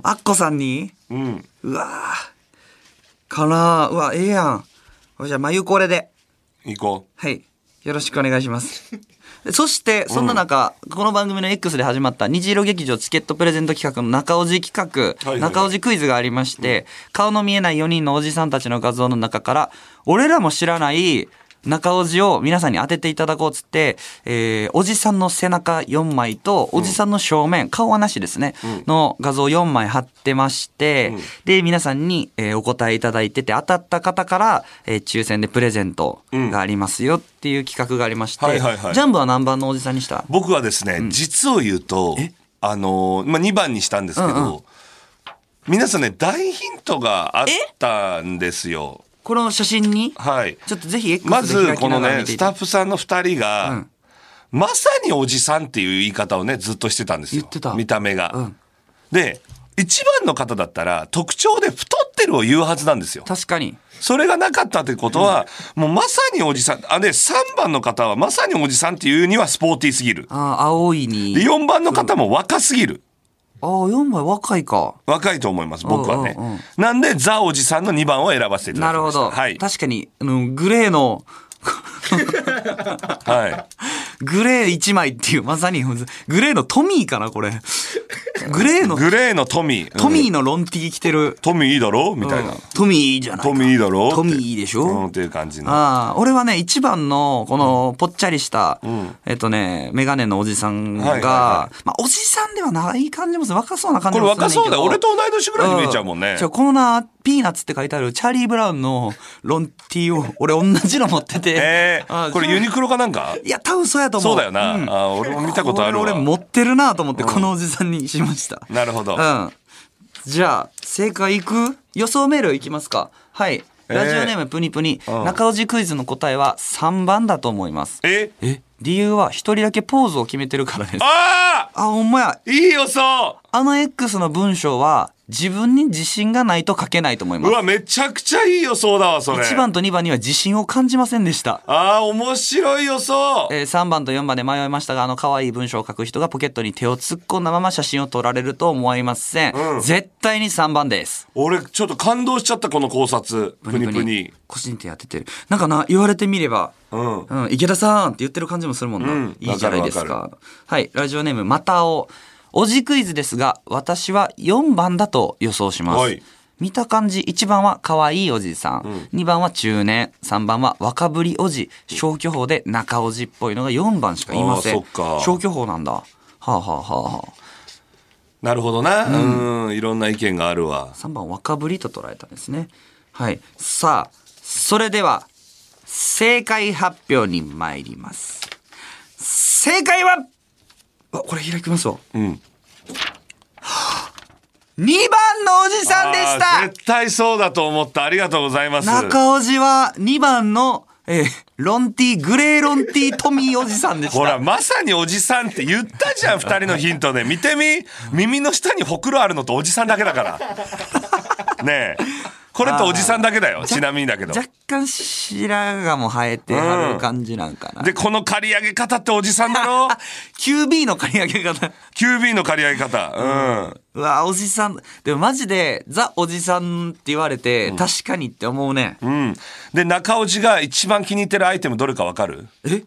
[SPEAKER 3] アッコさんに
[SPEAKER 2] うん
[SPEAKER 3] うわーかなーうわええやんほいじゃあ眉これで
[SPEAKER 2] 行こ
[SPEAKER 3] はいよろしくお願いしますそしてそんな中、この番組の X で始まった虹色劇場チケットプレゼント企画の中尾寺企画、
[SPEAKER 2] いはいはい
[SPEAKER 3] 中尾寺クイズがありまして、顔の見えない4人のおじさんたちの画像の中から俺らも知らない中尾寺を皆さんに当てていただこうっつって、えーおじさんの背中4枚とおじさんの正面、顔はなしですね、の画像4枚貼ってまして、で皆さんに、えーお答えいただいてて当たった方から、えー抽選でプレゼントがありますよっていう企画がありまして、
[SPEAKER 2] はいはいはい
[SPEAKER 3] ジャンボは何番のおじさんにした
[SPEAKER 2] う僕はですね、実を言うとあのーまあ、2番にしたんですけど、
[SPEAKER 3] うんう
[SPEAKER 2] 皆さんね大ヒントがあったんですよ
[SPEAKER 3] この写真に
[SPEAKER 2] はい
[SPEAKER 3] ちょっとぜひ X
[SPEAKER 2] ま
[SPEAKER 3] で
[SPEAKER 2] ず
[SPEAKER 3] 開き
[SPEAKER 2] こ
[SPEAKER 3] な
[SPEAKER 2] の
[SPEAKER 3] がら
[SPEAKER 2] ね
[SPEAKER 3] 見てい
[SPEAKER 2] ス
[SPEAKER 3] た
[SPEAKER 2] タッフさんの2人が、
[SPEAKER 3] うん
[SPEAKER 2] まさにおじさんっていう言い方をねずっとしてたんですよ
[SPEAKER 3] 言ってた
[SPEAKER 2] 見た目が、
[SPEAKER 3] うん
[SPEAKER 2] で一番の方だったら特徴で太ってるを言うはずなんですよ。
[SPEAKER 3] 確かに。
[SPEAKER 2] それがなかったってことは、もうまさにおじさん。あ、で、3番の方はまさにおじさんっていうにはスポーティーすぎる。
[SPEAKER 3] ああ、青い
[SPEAKER 2] で、
[SPEAKER 3] に。
[SPEAKER 2] 4番の方も若すぎる。
[SPEAKER 3] ああ、4枚若いか。
[SPEAKER 2] 若いと思います、僕はね
[SPEAKER 3] うんうんうん。
[SPEAKER 2] なんで、ザおじさんの2番を選ばせていただ
[SPEAKER 3] な
[SPEAKER 2] き
[SPEAKER 3] るほ
[SPEAKER 2] ました。
[SPEAKER 3] ど。
[SPEAKER 2] はい。
[SPEAKER 3] 確かに、あの、グレーの、
[SPEAKER 2] はい。
[SPEAKER 3] グレー1枚っていう、まさに、グレーのトミーかな、こ れ。グレーの、
[SPEAKER 2] グレーのトミー。
[SPEAKER 3] トミ
[SPEAKER 2] うん
[SPEAKER 3] ーのロンティー着てる。
[SPEAKER 2] トミーいいだろみたいな。
[SPEAKER 3] トミーいいじゃないか
[SPEAKER 2] トミーいいだろ
[SPEAKER 3] トミーいいでしょ
[SPEAKER 2] うんっていう感じの。
[SPEAKER 3] ああ、俺はね、一番の、この、ぽっちゃりした、えっとね、メガネのおじさんが、
[SPEAKER 2] はいはいは
[SPEAKER 3] まあ、おじさんではない感じもする。若そうな感
[SPEAKER 2] こ
[SPEAKER 3] じ
[SPEAKER 2] れ
[SPEAKER 3] もす
[SPEAKER 2] 若
[SPEAKER 3] るねんけど。
[SPEAKER 2] そうだよ。俺と同い年ぐらいに見えちゃうもんね
[SPEAKER 3] じゃ。このな、ピーナッツって書いてある、チャーリー・ブラウンのロンティーを、俺同じの持ってて。
[SPEAKER 2] え
[SPEAKER 3] あ
[SPEAKER 2] ー、これユニクロかなんか
[SPEAKER 3] いや、多分そうやと思
[SPEAKER 2] そ
[SPEAKER 3] う。
[SPEAKER 2] うだよな
[SPEAKER 3] うん
[SPEAKER 2] あ俺も見たことあるわ
[SPEAKER 3] これ俺持ってるなと思って、このおじさんにしました。
[SPEAKER 2] なるほど。
[SPEAKER 3] うん。じゃあ、正解いく予想メールいきますか。はい。
[SPEAKER 2] えー
[SPEAKER 3] ラジオネームプニプニ、
[SPEAKER 2] ん
[SPEAKER 3] 中尾寺クイズの答えは3番だと思います。
[SPEAKER 2] え
[SPEAKER 3] え理由は一人だけポーズを決めてるからです。
[SPEAKER 2] あ
[SPEAKER 3] あ、ほんまや。
[SPEAKER 2] あいい予想
[SPEAKER 3] あの X の文章は自分に自信がないと書けないと思いうま
[SPEAKER 2] わ、めちゃくちゃいい予想だわ、それ。
[SPEAKER 3] す。1番と2番には自信を感じませんでした。
[SPEAKER 2] ああ、面白い予想
[SPEAKER 3] えー3番と4番で迷いましたが、あの可愛い文章を書く人がポケットに手を突っ込んだまま写真を撮られると思いません。絶対に3番です。
[SPEAKER 2] 俺、ちょっと感動しちゃった、この考察。プニプニ。
[SPEAKER 3] 腰に手当ててるなんかな言われてみれば「
[SPEAKER 2] うん。
[SPEAKER 3] うん、池田さん」って言ってる感じもするもんな、
[SPEAKER 2] うん
[SPEAKER 3] いいじゃないですか
[SPEAKER 2] わかるわ
[SPEAKER 3] はいラジオネームまたおおじクイズですが私は4番だと予想します、
[SPEAKER 2] はい
[SPEAKER 3] 見た感じ1番は可愛いおじさん、2番は中年3番は若ぶりおじ消去法で中おじっぽいのが4番しかいません
[SPEAKER 2] あーそっか
[SPEAKER 3] 消去法なんだはあはあはあはあ
[SPEAKER 2] なるほどな。うん、いろんな意見があるわ。
[SPEAKER 3] 3番若ぶりと捉えたんですねはいさあそれでは正解発表に参ります正解はあこれ開きますわ
[SPEAKER 2] うん。
[SPEAKER 3] 2番のおじさんでし
[SPEAKER 2] あー
[SPEAKER 3] た
[SPEAKER 2] 絶対そうだと思った。ありがとうございます。
[SPEAKER 3] 中おじは2番の、えーロンティグレーロンティトミーおじさんでし
[SPEAKER 2] ほら、
[SPEAKER 3] た
[SPEAKER 2] まさにおじさんって言ったじゃん、二人のヒントで。見てみ耳の下にほくろあるのとおじさんだけだ から。ねえ。これとおじさんだけだよ、ちなみにだけど。
[SPEAKER 3] 若干白髪も生えてはる感じなんかな、
[SPEAKER 2] で、この刈り上げ方っておじさんだ ろ
[SPEAKER 3] QB の刈り上げ方
[SPEAKER 2] ?QB の刈り上げ方。うん。
[SPEAKER 3] うわおじさんでもマジでザおじさんって言われて、確かにって思うね、
[SPEAKER 2] うん。で、中尾が一番気に入ってるアイテムどれかわかる
[SPEAKER 3] え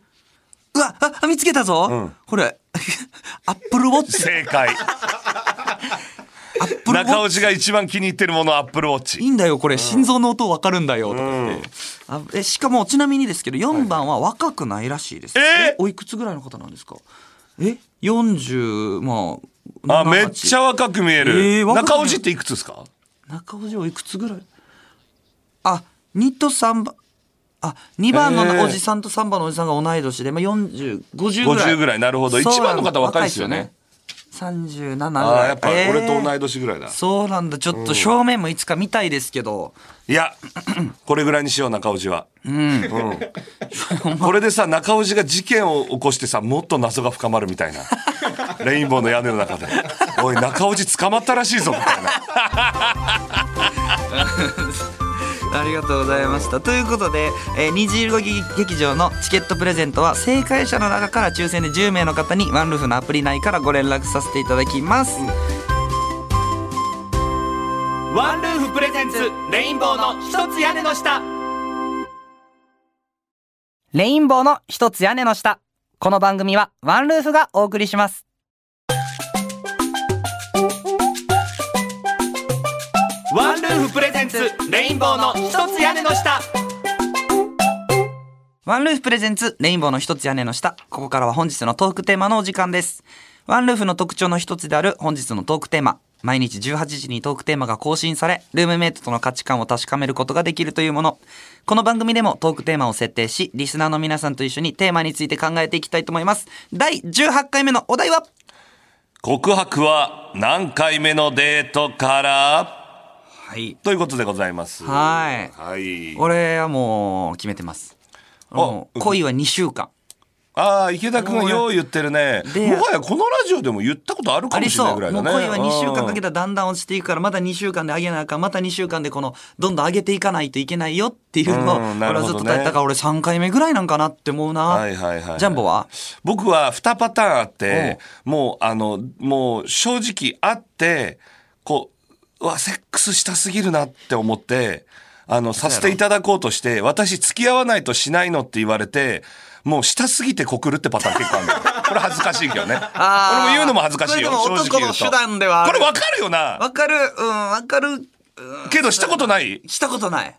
[SPEAKER 3] うわああ見つけたぞ、これ アップルウォッチ
[SPEAKER 2] 正解。
[SPEAKER 3] アップルウォ
[SPEAKER 2] 中尾
[SPEAKER 3] ッチ
[SPEAKER 2] が一番気に入ってるもの、アップルウォッ
[SPEAKER 3] い
[SPEAKER 2] チ。
[SPEAKER 3] いんだよこれ、心臓の音わかるんだよとか言って、あえしかもちなみにですけど4番は若くないらしいです、
[SPEAKER 2] え
[SPEAKER 3] おいくつぐらいの方なんですかえ40まあ
[SPEAKER 2] あ、めっちゃ若く見え
[SPEAKER 3] えー
[SPEAKER 2] る。
[SPEAKER 3] 若く見え
[SPEAKER 2] 中
[SPEAKER 3] る
[SPEAKER 2] 尾っていくつですか
[SPEAKER 3] 中尾おいくつぐらいあ2と3番あ2番
[SPEAKER 2] え
[SPEAKER 3] の
[SPEAKER 2] ー
[SPEAKER 3] おじさんと3番のおじさんが同い年で、まあ、4050ぐらい
[SPEAKER 2] 50ぐらいなるほど
[SPEAKER 3] そうなん
[SPEAKER 2] 一番の方若いですよね
[SPEAKER 3] 若いっすよね37ぐらい
[SPEAKER 2] ああ、やっぱ
[SPEAKER 3] えー
[SPEAKER 2] 俺と同い年ぐらいだ。
[SPEAKER 3] そうなんだちょっと正面もいつか見たいですけど、
[SPEAKER 2] いや、 これぐらいにしよう、中尾路は。うんこれでさ、中尾路が事件を起こしてさ、もっと謎が深まるみたいな。 レインボーの屋根の中で。おい、中尾路捕まったらしいぞ、みたいな。
[SPEAKER 3] ありがとうございましたということで、えー、25劇場のチケットプレゼントは正解者の中から抽選で10名の方にワンルーフのアプリ内からご連絡させていただきます、
[SPEAKER 4] ワンルーフプレゼンツレインボーの一つ屋根の下
[SPEAKER 3] レインボーの一つ屋根の下この番組はワンルーフがお送りします
[SPEAKER 4] ワンルーフプレゼンツレインボーの一つ屋根の下
[SPEAKER 3] ワンルーフプレゼンツ、レインボーの一つ屋根の下。ここからは本日のトークテーマのお時間です。ワンルーフの特徴の一つである本日のトークテーマ。毎日18時にトークテーマが更新され、ルームメイトとの価値観を確かめることができるというもの。この番組でもトークテーマを設定し、リスナーの皆さんと一緒にテーマについて考えていきたいと思います。第18回目のお題は
[SPEAKER 2] 告白は何回目のデートから
[SPEAKER 3] はい。
[SPEAKER 2] ということでございます。
[SPEAKER 3] はい
[SPEAKER 2] はい。
[SPEAKER 3] 俺はもう決めてます。もう恋は2週間。
[SPEAKER 2] ああ、池田君よう言ってるね。
[SPEAKER 3] で
[SPEAKER 2] もはやこのラジオでも言ったことあるか
[SPEAKER 3] あ
[SPEAKER 2] も
[SPEAKER 3] り
[SPEAKER 2] しれな
[SPEAKER 3] そ
[SPEAKER 2] いぐら
[SPEAKER 3] う。
[SPEAKER 2] い
[SPEAKER 3] も
[SPEAKER 2] だ
[SPEAKER 3] う
[SPEAKER 2] ね。
[SPEAKER 3] 恋は2週間かけ
[SPEAKER 2] た。
[SPEAKER 3] たらだんだん落ちていくから、また2週間で上げなあかん、また2週間でこの、どんどん上げていかないといけないよっていうのを、
[SPEAKER 2] うん
[SPEAKER 3] 俺
[SPEAKER 2] なる
[SPEAKER 3] は
[SPEAKER 2] ほ
[SPEAKER 3] ずっ
[SPEAKER 2] どね
[SPEAKER 3] と耐えてたから、俺3回目ぐらいなんかなって思うな。
[SPEAKER 2] はいはいはい
[SPEAKER 3] ジャンボは
[SPEAKER 2] 僕は2パターンあって、もう、あの、もう正直あって、こう、うわ、セックスしたすぎるなって思って、あの、させていただこうとして、私付き合わないとしないのって言われて、もうしたすぎて告るってパターン結構あるのよ これ恥ずかしいけどね。
[SPEAKER 3] あー
[SPEAKER 2] 俺も言うのも恥ずかしいよ。
[SPEAKER 3] これでも
[SPEAKER 2] 正直言うと
[SPEAKER 3] 男の手段ではある
[SPEAKER 2] これわかるよな。
[SPEAKER 3] わかる、うん、わかる、
[SPEAKER 2] けどしたことない
[SPEAKER 3] したことない。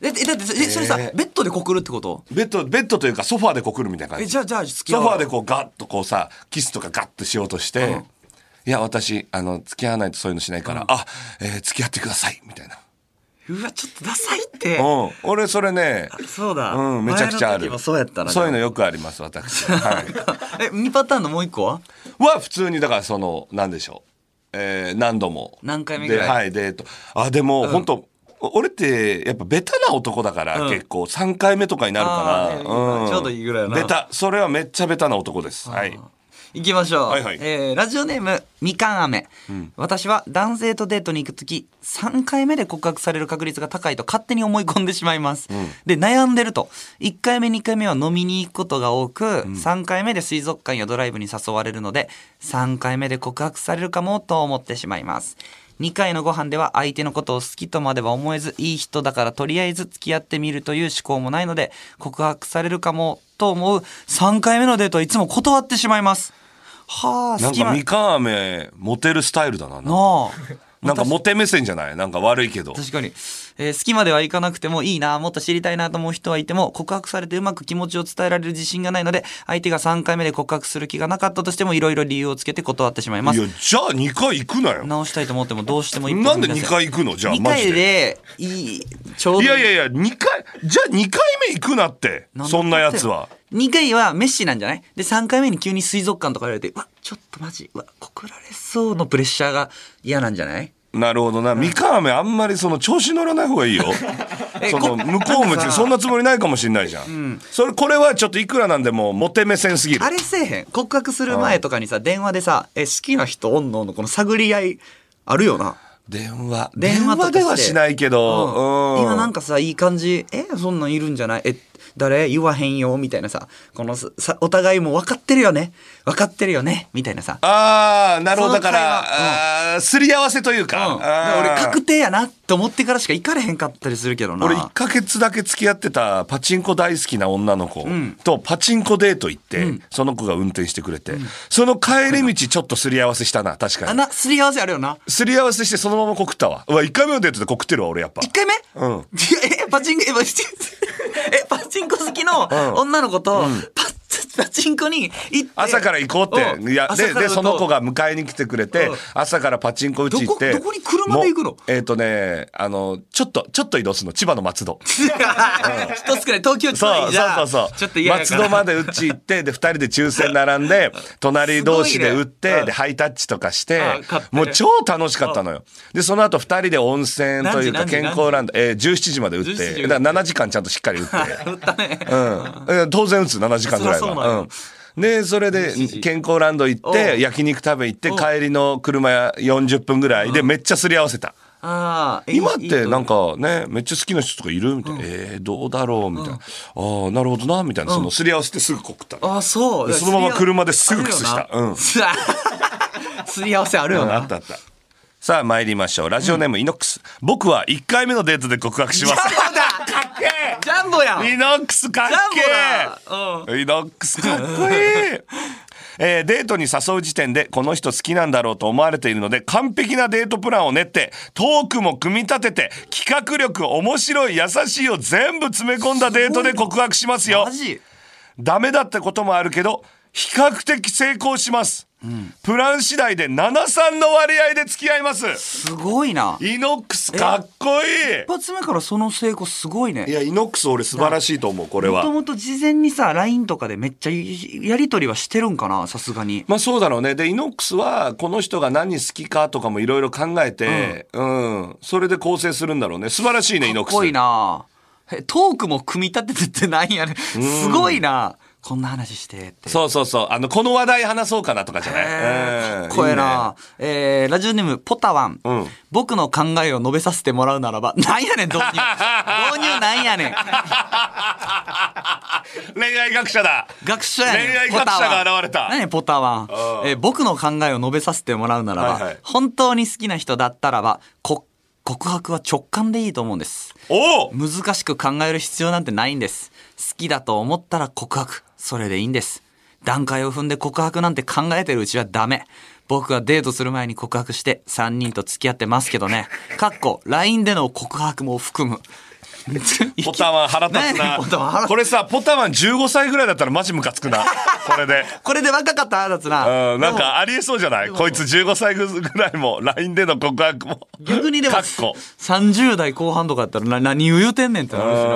[SPEAKER 3] え、えだって、え、それさ、ベッドで告るってこと
[SPEAKER 2] ベッド、ベッドというかソファーで告るみたいな感
[SPEAKER 3] え、
[SPEAKER 2] じ。
[SPEAKER 3] じゃあ、じゃあ、付き合
[SPEAKER 2] ソフ
[SPEAKER 3] う
[SPEAKER 2] ァーでこうガッとこうさキスとかガッとしようとして「いや私あの付き合わないとそういうのしないから、あ、えー付き合ってください」みたいな、
[SPEAKER 3] うわ、ちょっとダサいって。
[SPEAKER 2] うん、俺それね
[SPEAKER 3] そうだ。
[SPEAKER 2] うんめちゃくちゃあ
[SPEAKER 3] 前の時
[SPEAKER 2] る
[SPEAKER 3] もそうやったな。
[SPEAKER 2] そういうのよくあります 私は
[SPEAKER 3] え、2パターンのもう1個はい
[SPEAKER 2] は普通にだからその何でしょう、えー何度も
[SPEAKER 3] 何回目ぐらい
[SPEAKER 2] ではいデートあでも、本当俺ってやっぱベタな男だから、
[SPEAKER 3] うん
[SPEAKER 2] 結構3回目とかになる
[SPEAKER 3] あ
[SPEAKER 2] か
[SPEAKER 3] ーね
[SPEAKER 2] ら、うん
[SPEAKER 3] ちょうどいいぐらいやな
[SPEAKER 2] ベタそれはめっちゃベタな男ですはい
[SPEAKER 3] 行きましょう。
[SPEAKER 2] はいはい
[SPEAKER 3] えーラジオネーム、みかん飴、私は男性とデートに行くとき、3回目で告白される確率が高いと勝手に思い込んでしまいます。で、悩んでると。1回目、2回目は飲みに行くことが多く、3回目で水族館やドライブに誘われるので、3回目で告白されるかもと思ってしまいます。2回のご飯では相手のことを好きとまでは思えず、いい人だからとりあえず付き合ってみるという思考もないので、告白されるかもと思う3回目のデートはいつも断ってしまいます。はあ、
[SPEAKER 2] なん
[SPEAKER 3] 隙
[SPEAKER 2] か
[SPEAKER 3] 間
[SPEAKER 2] みかん飴モテるスタイルだななんか
[SPEAKER 3] なあ。
[SPEAKER 2] なんかモテ目線じゃないなんか悪いけど。
[SPEAKER 3] 確かに、えー好きまではいかなくてもいいなもっと知りたいなと思う人はいても告白されてうまく気持ちを伝えられる自信がないので相手が3回目で告白する気がなかったとしてもいろいろ理由をつけて断ってしまいま
[SPEAKER 2] い
[SPEAKER 3] す
[SPEAKER 2] や、じゃあ2回行くなよ。
[SPEAKER 3] 直したいと思ってもどうしても一歩
[SPEAKER 2] なんで
[SPEAKER 3] 踏み出
[SPEAKER 2] 2
[SPEAKER 3] せ
[SPEAKER 2] 回行くのじゃあ
[SPEAKER 3] 二
[SPEAKER 2] マジで。
[SPEAKER 3] 回でいいちょうど
[SPEAKER 2] いやいやいや、2回、じゃあ2回目行くなって。そんなやつは。
[SPEAKER 3] 2回はメッシなんじゃないで3回目に急に水族館とか言われてうわちょっとマジうわ告られそうのプレッシャーが嫌なんじゃない
[SPEAKER 2] なるほどな。みかん飴あんまりその調子乗らない方がいいよ
[SPEAKER 3] え。
[SPEAKER 2] その
[SPEAKER 3] こ
[SPEAKER 2] 向こう
[SPEAKER 3] なん
[SPEAKER 2] も
[SPEAKER 3] かさ
[SPEAKER 2] そんなつもりないかもしれないじゃん。それ、これはちょっといくらなんでもモテ目線すぎる
[SPEAKER 3] あ。れせえへん告白する前とかにさ電話でさ「え好きな人おんの?」のこの探り合いあるよな
[SPEAKER 2] 電話。
[SPEAKER 3] 電
[SPEAKER 2] 電
[SPEAKER 3] 話とか
[SPEAKER 2] 話
[SPEAKER 3] して
[SPEAKER 2] ではしないけど。
[SPEAKER 3] 今なん
[SPEAKER 2] か。
[SPEAKER 3] かさいい感じ「えそんなんいるんじゃないえ誰言わへんよ」みたいなさこのささお互いもう分かってるよね分かってるよねみたいなさ
[SPEAKER 2] ああ、なるほど。
[SPEAKER 3] そ
[SPEAKER 2] だか
[SPEAKER 3] の会話
[SPEAKER 2] ら、あーすり合わせというか。
[SPEAKER 3] うん、だ
[SPEAKER 2] あ
[SPEAKER 3] から
[SPEAKER 2] ー
[SPEAKER 3] 俺確定やなって思ってからしか行かれへんかったりするけどな
[SPEAKER 2] 俺1ヶ月だけ付き合ってたパチンコ大好きな女の子とパチンコデート行って、その子が運転してくれて、その帰り道ちょっとすり合わせしたな確か
[SPEAKER 3] あ
[SPEAKER 2] に
[SPEAKER 3] なすり合わせあるよな
[SPEAKER 2] すり合わせしてそのまま告ったわうわ1回目のデートで告ってるわ俺やっぱ
[SPEAKER 3] 1回目
[SPEAKER 2] うん
[SPEAKER 3] い やえパチンコ えパチンえパチンコ好きの女の子と、パパチンコに行って
[SPEAKER 2] 朝から行こうって、
[SPEAKER 3] うん
[SPEAKER 2] いや
[SPEAKER 3] 朝
[SPEAKER 2] で
[SPEAKER 3] から
[SPEAKER 2] でその子
[SPEAKER 3] と
[SPEAKER 2] が迎えに来てくれて、
[SPEAKER 3] うん
[SPEAKER 2] 朝からパチンコ打ち行って
[SPEAKER 3] どこどこに車で行くの
[SPEAKER 2] もうえっ、とねあのちょっとちょっと移動するの千葉の松戸
[SPEAKER 3] 一つくらい東京 ちょっ
[SPEAKER 2] そう
[SPEAKER 3] と
[SPEAKER 2] そうそうそう
[SPEAKER 3] ちょっと嫌やか
[SPEAKER 2] 松
[SPEAKER 3] ら
[SPEAKER 2] 戸まで打ち行ってで2人で抽選並ん で隣同士で打っ
[SPEAKER 3] すごいね
[SPEAKER 2] て
[SPEAKER 3] うん
[SPEAKER 2] でハイタッチとかして
[SPEAKER 3] うん買って
[SPEAKER 2] もう超楽しかったのよでその後2人で温泉というか
[SPEAKER 3] 何時何時
[SPEAKER 2] 健康ランドえー17時まで打っ
[SPEAKER 3] 17時
[SPEAKER 2] てだから7時間ちゃんとしっかり打 ってうん当然打つ7時間ぐらい
[SPEAKER 3] そりゃそうな
[SPEAKER 2] は
[SPEAKER 3] んや
[SPEAKER 2] うんでそれで健康ランド行っ
[SPEAKER 3] おう
[SPEAKER 2] て焼肉食べ行って
[SPEAKER 3] おう
[SPEAKER 2] 帰りの車40分ぐらいでめっちゃすり合わせた。
[SPEAKER 3] あーえ
[SPEAKER 2] 今っ
[SPEAKER 3] いいと
[SPEAKER 2] てなんかねめっちゃ好きな人とかいるみたいな、えー、どうだろうみたいな、ああなるほどなみたいな、そのすり合わせてすぐ告った、
[SPEAKER 3] あーそう
[SPEAKER 2] でそのまま車ですぐ靴下
[SPEAKER 3] あるよな
[SPEAKER 2] うん
[SPEAKER 3] すり合わせあるよ
[SPEAKER 2] あ
[SPEAKER 3] な
[SPEAKER 2] ったあったさあ参りましょうラジオネーム、イノックス僕は1回目のデートで告白します
[SPEAKER 3] ジャンボだ
[SPEAKER 2] かっけ
[SPEAKER 3] ジャンボやん
[SPEAKER 2] えイノックスかっ
[SPEAKER 3] ジャンボ
[SPEAKER 2] けえイノックスかっこい いえーデートに誘う時点でこの人好きなんだろうと思われているので完璧なデートプランを練ってトークも組み立てて企画力面白い優しいを全部詰め込んだデートで告白しますよ
[SPEAKER 3] マジ
[SPEAKER 2] ダメだったこともあるけど比較的成功します、プラン次第で73の割合で付き合います
[SPEAKER 3] すごいな
[SPEAKER 2] イノックスかっこいい
[SPEAKER 3] 一発目からその成功すごいね
[SPEAKER 2] いやイノックス俺素晴らしいと思うこれ
[SPEAKER 3] もと
[SPEAKER 2] は
[SPEAKER 3] もと事前にさ LINE とかでめっちゃやり取りはしてるんかなさすがに
[SPEAKER 2] まあそうだろうねでイノックスはこの人が何好きかとかもいろいろ考えて、うんそれで構成するんだろうね素晴らしいねイノックス
[SPEAKER 3] すごいなえトークも組み立ててってなんやねんすごいなこんな話してって。
[SPEAKER 2] そうそうそう。あの、この話題話そうかなとかじゃない。
[SPEAKER 3] えー
[SPEAKER 2] うん
[SPEAKER 3] かっこええ。な。えーラジオネーム、ポタワン、
[SPEAKER 2] ん
[SPEAKER 3] 僕の考えを述べさせてもらうならば、なんやねん、導入。導入なんやねん。
[SPEAKER 2] いいね恋愛学者だ。
[SPEAKER 3] 学者やねん。
[SPEAKER 2] 恋愛学者
[SPEAKER 3] ポタワン
[SPEAKER 2] が現れた
[SPEAKER 3] 何やポタワン
[SPEAKER 2] あ。あ
[SPEAKER 3] えー僕の考えを述べさせてもらうならば、
[SPEAKER 2] はいはい
[SPEAKER 3] 本当に好きな人だったらば、こ告白は直感でいいと思うんです。
[SPEAKER 2] おお
[SPEAKER 3] 難しく考える必要なんてないんです。好きだと思ったら告白。それでいいんです。段階を踏んで告白なんて考えてるうちはダメ。僕はデートする前に告白して3人と付き合ってますけどね。かっこ、LINE での告白も含 む。
[SPEAKER 2] ポタワン腹立つ
[SPEAKER 3] 何やね
[SPEAKER 2] なん
[SPEAKER 3] ポタワン腹。立
[SPEAKER 2] これさ、ポタワン15歳ぐらいだったらマジムカ つくな。これで。
[SPEAKER 3] つこれで若かった腹立つな。
[SPEAKER 2] うん、なんかありえそうじゃないこいつ15歳ぐらいも LINE での告白も。
[SPEAKER 3] 逆にでも
[SPEAKER 2] かっこ。
[SPEAKER 3] 30代後半とかやったらな何を言うてんねんってなるし
[SPEAKER 2] う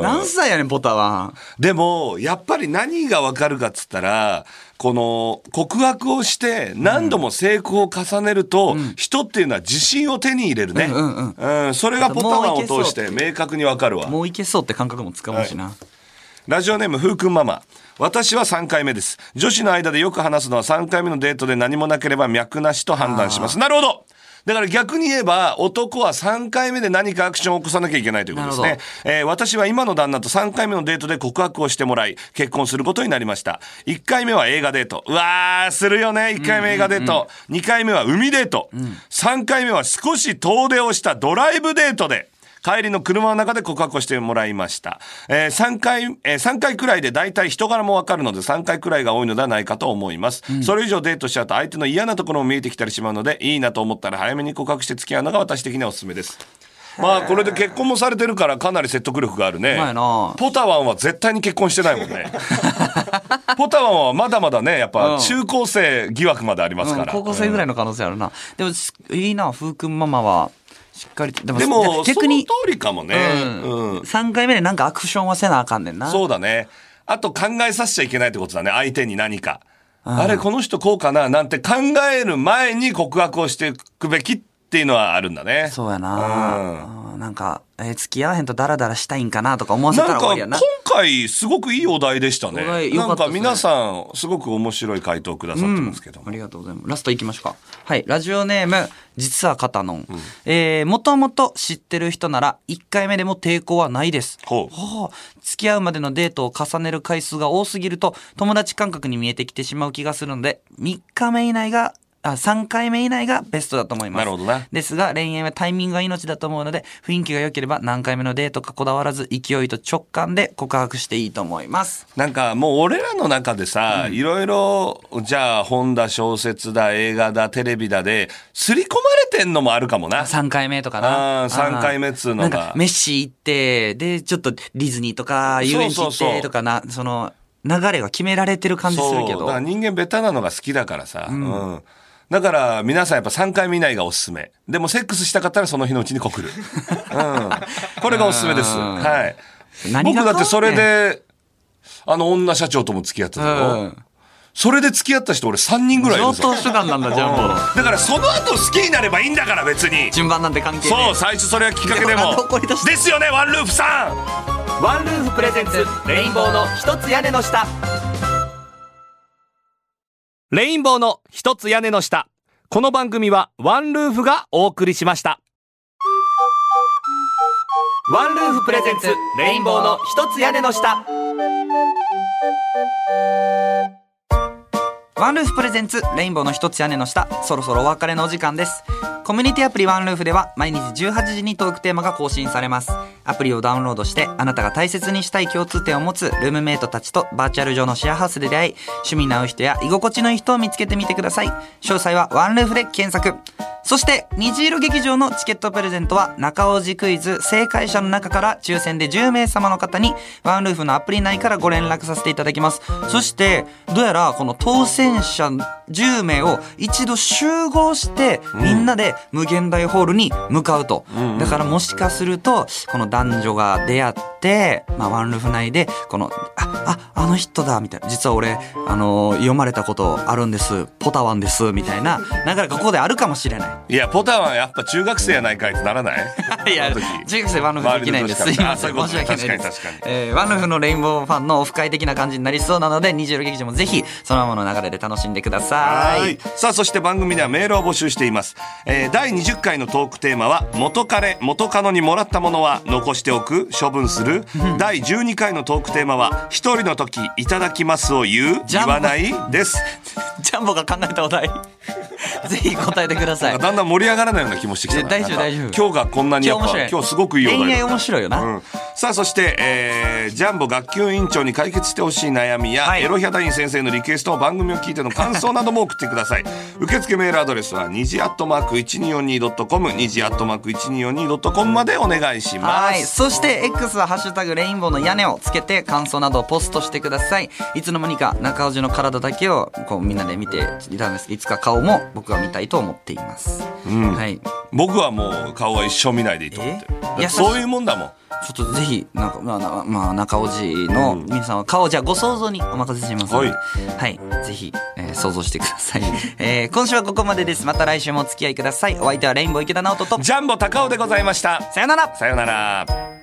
[SPEAKER 2] ん
[SPEAKER 3] な。何歳やねん、ポタは。
[SPEAKER 2] でも、やっぱり何がわかるかっつったら、この告白をして何度も成功を重ねると、人っていうのは自信を手に入れるね。
[SPEAKER 3] うんうん
[SPEAKER 2] うんそれがポタワンを通して
[SPEAKER 3] もういけそう
[SPEAKER 2] 明確にわかるわ。
[SPEAKER 3] もういけそうって感覚もつかむしな。
[SPEAKER 2] ラジオネーム、ふうくんママ。私は3回目です。女子の間でよく話すのは3回目のデートで何もなければ脈なしと判断します。なるほどだから逆に言えば、男は3回目で何かアクションを起こさなきゃいけないということです
[SPEAKER 3] な
[SPEAKER 2] ね
[SPEAKER 3] る。
[SPEAKER 2] えー私は今の旦那と3回目のデートで告白をしてもらい、結婚することになりました。1回目は映画デート。うわー、するよね。1回目映画デート。2回目は海デート。3回目は少し遠出をしたドライブデートで。帰りの車の中で告白をしてもらいました。えー、3回、えー、3回くらいで大体人柄もわかるので3回くらいが多いのではないかと思います。それ以上デートしちゃうと相手の嫌なところも見えてきたりしまうので、いいなと思ったら早めに告白して付き合うのが私的にはおすすめです。まあこれで結婚もされてるからかなり説得力があるね
[SPEAKER 3] うまいな。
[SPEAKER 2] ポタワンは絶対に結婚してないもん ね。ポタワンはまだまだね、やっ
[SPEAKER 3] う
[SPEAKER 2] ぱ
[SPEAKER 3] ん
[SPEAKER 2] 中高生疑惑まであります
[SPEAKER 3] う
[SPEAKER 2] か
[SPEAKER 3] ん
[SPEAKER 2] ら。
[SPEAKER 3] 高校生ぐらいの可能性あるな、でもしいいなふうくんママはしっかりとでも
[SPEAKER 2] で
[SPEAKER 3] いや
[SPEAKER 2] も、
[SPEAKER 3] 逆
[SPEAKER 2] 逆
[SPEAKER 3] に
[SPEAKER 2] に。その通りかもね。うん
[SPEAKER 3] 3回目でなんかアクションはせなあかんねんな
[SPEAKER 2] そうだね。あと考えさせちゃいけないってことだね。相手に何か。あれ、この人こうかななんて考える前に告白をしていくべきっていうのはあるんだね。
[SPEAKER 3] そうやな、うんなんか、えー付き合わへんとダラダラしたいんかなとか思わせた
[SPEAKER 2] な
[SPEAKER 3] ら
[SPEAKER 2] ん
[SPEAKER 3] 終わ
[SPEAKER 2] か
[SPEAKER 3] りや
[SPEAKER 2] 今
[SPEAKER 3] な
[SPEAKER 2] 回すごくいいお題でしたね。
[SPEAKER 3] お題良
[SPEAKER 2] な
[SPEAKER 3] か
[SPEAKER 2] ん
[SPEAKER 3] った
[SPEAKER 2] か
[SPEAKER 3] ですね
[SPEAKER 2] 皆さんすごく面白い回答をくださってますけども。
[SPEAKER 3] ありがとうございます。ラストいきましょうか。はい。ラジオネーム、実は片野。えー、もともと知ってる人なら、1回目でも抵抗はないです。
[SPEAKER 2] ほう
[SPEAKER 3] はあ付き合うまでのデートを重ねる回数が多すぎると、友達感覚に見えてきてしまう気がするので、3日目以内が、あ3回目以内がベストだと思いま
[SPEAKER 2] な
[SPEAKER 3] す。
[SPEAKER 2] るほどな
[SPEAKER 3] ですが、恋愛はタイミングが命だと思うので、雰囲気が良ければ何回目のデートかこだわらず、勢いと直感で告白していいと思います。
[SPEAKER 2] なんかもう俺らの中でさ、いろいろ、じゃあ本だ、小説だ、映画だ、テレビだで、刷り込まれてんのもあるかもな。
[SPEAKER 3] 3回目と
[SPEAKER 2] あ
[SPEAKER 3] かな。
[SPEAKER 2] ー三回目っつうのが
[SPEAKER 3] なんか、メッシ行って、で、ちょっとディズニーとか、遊園地行
[SPEAKER 2] そうそうそ
[SPEAKER 3] っ
[SPEAKER 2] う
[SPEAKER 3] てとかな、その、流れが決められてる感じするけ
[SPEAKER 2] そう
[SPEAKER 3] ど
[SPEAKER 2] だから。人間ベタなのが好きだからさ、うんだから皆さんやっぱ3回目以内がおすすめでもセックスしたかったらその日のうちに告 る、うん、これがおすすめですはい
[SPEAKER 3] 何が
[SPEAKER 2] 僕だってそれ
[SPEAKER 3] 変わんねん
[SPEAKER 2] であの女社長とも付き合ってたの、
[SPEAKER 3] うん
[SPEAKER 2] それで付き合った人俺3人ぐらいいる
[SPEAKER 3] 上
[SPEAKER 2] ぞ
[SPEAKER 3] 等手段なんだ、ジャンボの。
[SPEAKER 2] だからその後好きになればいいんだから別に
[SPEAKER 3] 順番なんて関係ねえ
[SPEAKER 2] そう最初それがきっかけで
[SPEAKER 3] でも
[SPEAKER 2] も
[SPEAKER 3] なんで怒り出した
[SPEAKER 2] ですよねワンループさん
[SPEAKER 4] ワンルーフプレゼンツレインボーの一つ屋根の下レインボーの一つ屋根の下この番組はワンルーフがお送りしましたワンルーフプレゼンツレインボーの一つ屋根の下
[SPEAKER 3] ワンルーフプレゼンツレインボーの一つ屋根の下そろそろお別れのお時間ですコミュニティアプリワンルーフでは毎日18時にトークテーマが更新されますアプリをダウンロードしてあなたが大切にしたい共通点を持つルームメイトたちとバーチャル上のシェアハウスで出会い趣味の合う人や居心地のいい人を見つけてみてください詳細はワンルーフで検索そして虹色劇場のチケットプレゼントは中尾寺クイズ正解者の中から抽選で10名様の方にワンルーフのアプリ内からご連絡させていただきますそしてどうやらこの当選者10名を一度集合してみんなで無限大ホールに向かうと、だからもしかするとこの男女が出会って、まあ、ワンルーフ内でこの「あああの人だ」みたいな「実は俺あの読まれたことあるんですポタワンです」みたいな流れがここであるかもしれない
[SPEAKER 2] いやポタはやっぱ中学生やないかいってならない
[SPEAKER 3] いや
[SPEAKER 2] あの時
[SPEAKER 3] 中学生ワンルーフできないんです。す
[SPEAKER 2] 周
[SPEAKER 3] い
[SPEAKER 2] りの
[SPEAKER 3] ま
[SPEAKER 2] 人
[SPEAKER 3] せ
[SPEAKER 2] し
[SPEAKER 3] ん。
[SPEAKER 2] かあそ
[SPEAKER 3] 申し
[SPEAKER 2] ういうこと
[SPEAKER 3] 訳ないで
[SPEAKER 2] 確
[SPEAKER 3] す
[SPEAKER 2] かに確。
[SPEAKER 3] えーワンルーフのレインボーファンのオフ会的な感じになりそうなので、26劇場もぜひそのままの流れで楽しんでくださ
[SPEAKER 2] はいい。さあそして番組ではメールを募集しています、えー第20回のトークテーマは「元カレ元カノにもらったものは残しておく処分する」第12回のトークテーマは「一人の時いただきます」を言う
[SPEAKER 3] ジャ
[SPEAKER 2] 言
[SPEAKER 3] ンボ
[SPEAKER 2] わないです
[SPEAKER 3] ジャンボが考えたお題、ぜひ答えてください。
[SPEAKER 2] だんだん盛り上がらないような気もしてきたな
[SPEAKER 3] 大丈
[SPEAKER 2] な
[SPEAKER 3] 夫
[SPEAKER 2] んか
[SPEAKER 3] 大丈夫
[SPEAKER 2] 今日がこんなにやっぱ今日すごくいいお題だっ
[SPEAKER 3] 恋
[SPEAKER 2] た
[SPEAKER 3] 愛面白いよな。
[SPEAKER 2] うんさあそして、えージャンボ学級委員長に解決してほしい悩みや、
[SPEAKER 3] はい
[SPEAKER 2] エロヒャダイン先生のリクエストを番組を聞いての感想なども送ってください受付メールアドレスは2時アットマーク 1242.com 2時アットマーク 1242.com までお願いしま
[SPEAKER 3] はい。
[SPEAKER 2] す
[SPEAKER 3] そして X はハッシュタグレインボーの屋根をつけて感想などをポストしてください。いつの間にか中尾路の体だけをこうみんなで見ていたんですけど、いつか顔も僕は見たいと思っています。はい。ちょ
[SPEAKER 2] 僕はもう顔は一生見ないでいいと思ってる
[SPEAKER 3] え
[SPEAKER 2] だっ
[SPEAKER 3] 優
[SPEAKER 2] て
[SPEAKER 3] しい
[SPEAKER 2] そういうもんだもん
[SPEAKER 3] っとぜひ、なんか、まあな、まあ、中尾路の皆さんは顔じゃあご想像にお任せしますので、はい。ぜひ、えー想像してください。 えー今週はここまでです。また来 週もお付き合いください。お相手はレインボー池田直人と、
[SPEAKER 2] ジャンボ高尾でございました
[SPEAKER 3] さよなら
[SPEAKER 2] さようなら